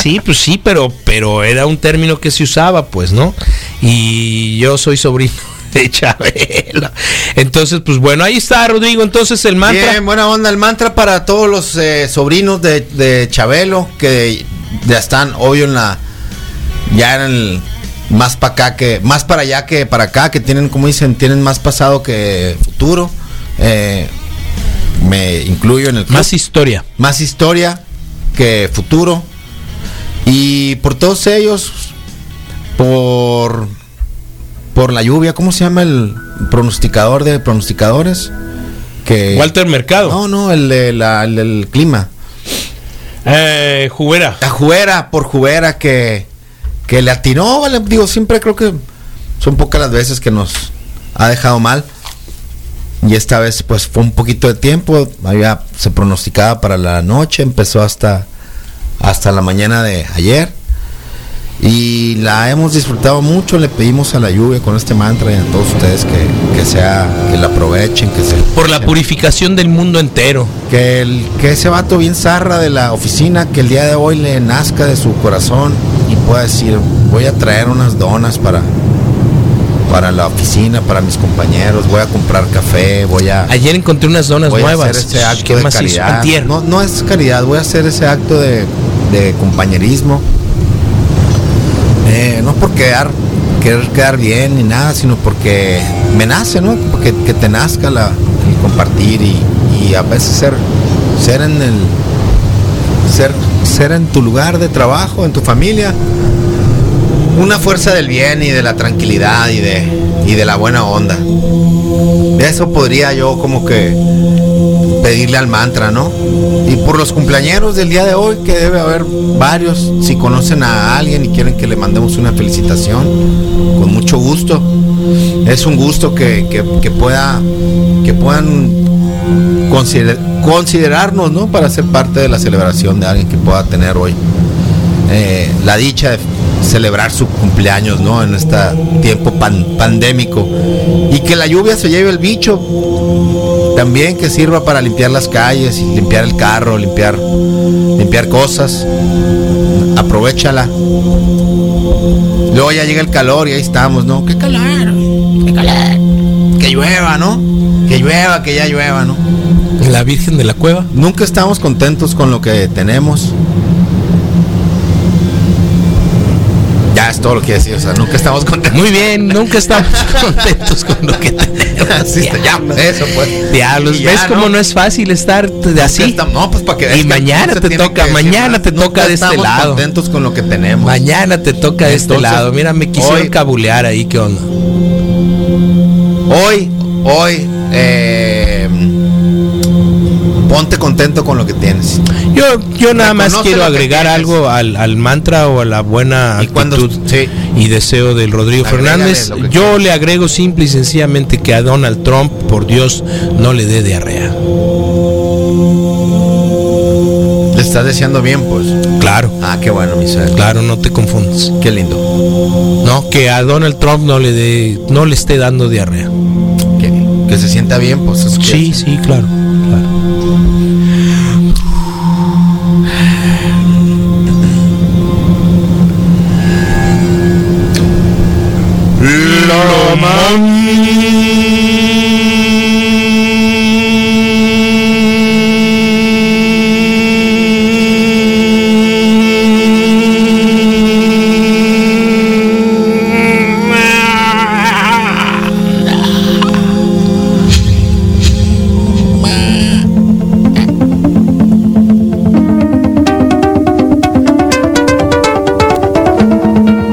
Speaker 3: Sí, pues sí, pero, pero era un término que se usaba, pues, ¿no? Y yo soy sobrino [laughs] de Chabelo. Entonces, pues bueno, ahí está, Rodrigo. Entonces el mantra.
Speaker 4: Bien, buena onda. El mantra para todos los eh, sobrinos de, de Chabelo que ya están, obvio, en la. Ya en el. Más para acá que. Más para allá que para acá, que tienen, como dicen, tienen más pasado que futuro. Eh, me incluyo en el. club.
Speaker 3: Más historia.
Speaker 4: Más historia que futuro. Y por todos ellos. Por. Por la lluvia, ¿cómo se llama el pronosticador de pronosticadores? Que,
Speaker 3: Walter Mercado.
Speaker 4: No, no, el, de la- el del clima.
Speaker 3: Eh, Jubera.
Speaker 4: A Jubera, por Jubera, que, que le atinó, vale. Digo, siempre creo que son pocas las veces que nos ha dejado mal. Y esta vez, pues fue un poquito de tiempo. Había, se pronosticaba para la noche, empezó hasta, hasta la mañana de ayer. Y la hemos disfrutado mucho. Le pedimos a la lluvia con este mantra y a todos ustedes que, que sea, que la aprovechen, que se.
Speaker 3: Por la purificación del mundo entero.
Speaker 4: Que, el, que ese vato bien zarra de la oficina, que el día de hoy le nazca de su corazón y pueda decir, voy a traer unas donas para, para la oficina, para mis compañeros, voy a comprar café, voy a...
Speaker 3: Ayer encontré unas donas
Speaker 4: voy a
Speaker 3: nuevas.
Speaker 4: hacer ese acto
Speaker 3: ¿Qué
Speaker 4: de
Speaker 3: más hizo?
Speaker 4: caridad.
Speaker 3: Antier.
Speaker 4: No, no es caridad, voy a hacer ese acto de, de compañerismo. Eh, no por quedar, querer quedar bien ni nada, sino porque me nace, ¿no? Porque que te nazca la, el compartir y, y a veces ser, ser en el ser, ser en tu lugar de trabajo, en tu familia, una fuerza del bien y de la tranquilidad y de, y de la buena onda. De eso podría yo como que pedirle al mantra, ¿no? Y por los cumpleañeros del día de hoy, que debe haber varios, si conocen a alguien y quieren que le mandemos una felicitación, con mucho gusto. Es un gusto que, que- que pueda, que puedan consider- considerarnos, ¿no? Para ser parte de la celebración de alguien que pueda tener hoy eh, la dicha de celebrar su cumpleaños, ¿no? En este tiempo pan- pandémico. Y que la lluvia se lleve el bicho, también que sirva para limpiar las calles, limpiar el carro, limpiar, limpiar cosas. Aprovechala. Luego ya llega el calor y ahí estamos, ¿no? Qué calor, qué calor. Que llueva, ¿no? Que llueva, que ya llueva, ¿no?
Speaker 3: La Virgen de la Cueva.
Speaker 4: Nunca estamos contentos con lo que tenemos. Ya es todo lo que decir, o sea, nunca estamos [laughs] contentos.
Speaker 3: Muy bien, nunca estamos
Speaker 4: [laughs]
Speaker 3: contentos con lo que tenemos.
Speaker 4: Así está, ya, eso pues.
Speaker 3: Diablos,
Speaker 4: Y
Speaker 3: ¿ves
Speaker 4: ya,
Speaker 3: cómo no es fácil estar de así?
Speaker 4: Ya está- no, pues para que veas
Speaker 3: Y
Speaker 4: que
Speaker 3: mañana
Speaker 4: no se
Speaker 3: te
Speaker 4: tiene
Speaker 3: toca,
Speaker 4: que decir
Speaker 3: mañana
Speaker 4: nada.
Speaker 3: te toca de este
Speaker 4: estamos
Speaker 3: lado.
Speaker 4: contentos con lo que tenemos.
Speaker 3: Mañana te toca de este
Speaker 4: Entonces,
Speaker 3: lado. Mira, me quisieron
Speaker 4: hoy-
Speaker 3: cabulear ahí, ¿qué onda?
Speaker 4: Hoy, hoy, eh, ponte contento con lo que tienes.
Speaker 3: Yo, yo nada más
Speaker 4: Reconoce
Speaker 3: quiero
Speaker 4: lo que
Speaker 3: agregar
Speaker 4: tienes.
Speaker 3: algo al, al mantra o a la buena
Speaker 4: Y cuando-
Speaker 3: actitud
Speaker 4: sí.
Speaker 3: y deseo del Rodrigo
Speaker 4: Agrégale
Speaker 3: Fernández.
Speaker 4: lo que
Speaker 3: Yo le agrego simple y sencillamente que a Donald Trump, por Dios, no le dé diarrea.
Speaker 4: Le estás deseando bien, pues.
Speaker 3: Claro,
Speaker 4: Ah, qué bueno, mi ser.
Speaker 3: claro, no te confundas.
Speaker 4: Qué lindo.
Speaker 3: No, que a Donald Trump no le dé, no le esté dando diarrea.
Speaker 4: Que, que se sienta bien, pues. es que-
Speaker 3: Sí, sí, claro. claro.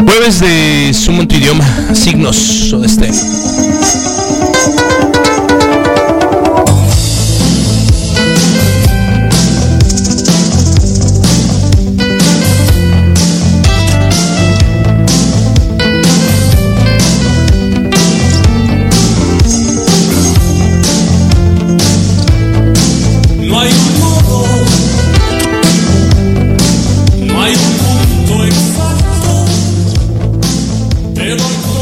Speaker 3: Jueves de Sumo en tu idioma, signos o de este.
Speaker 17: No hay un modo, no hay un punto exacto, te doy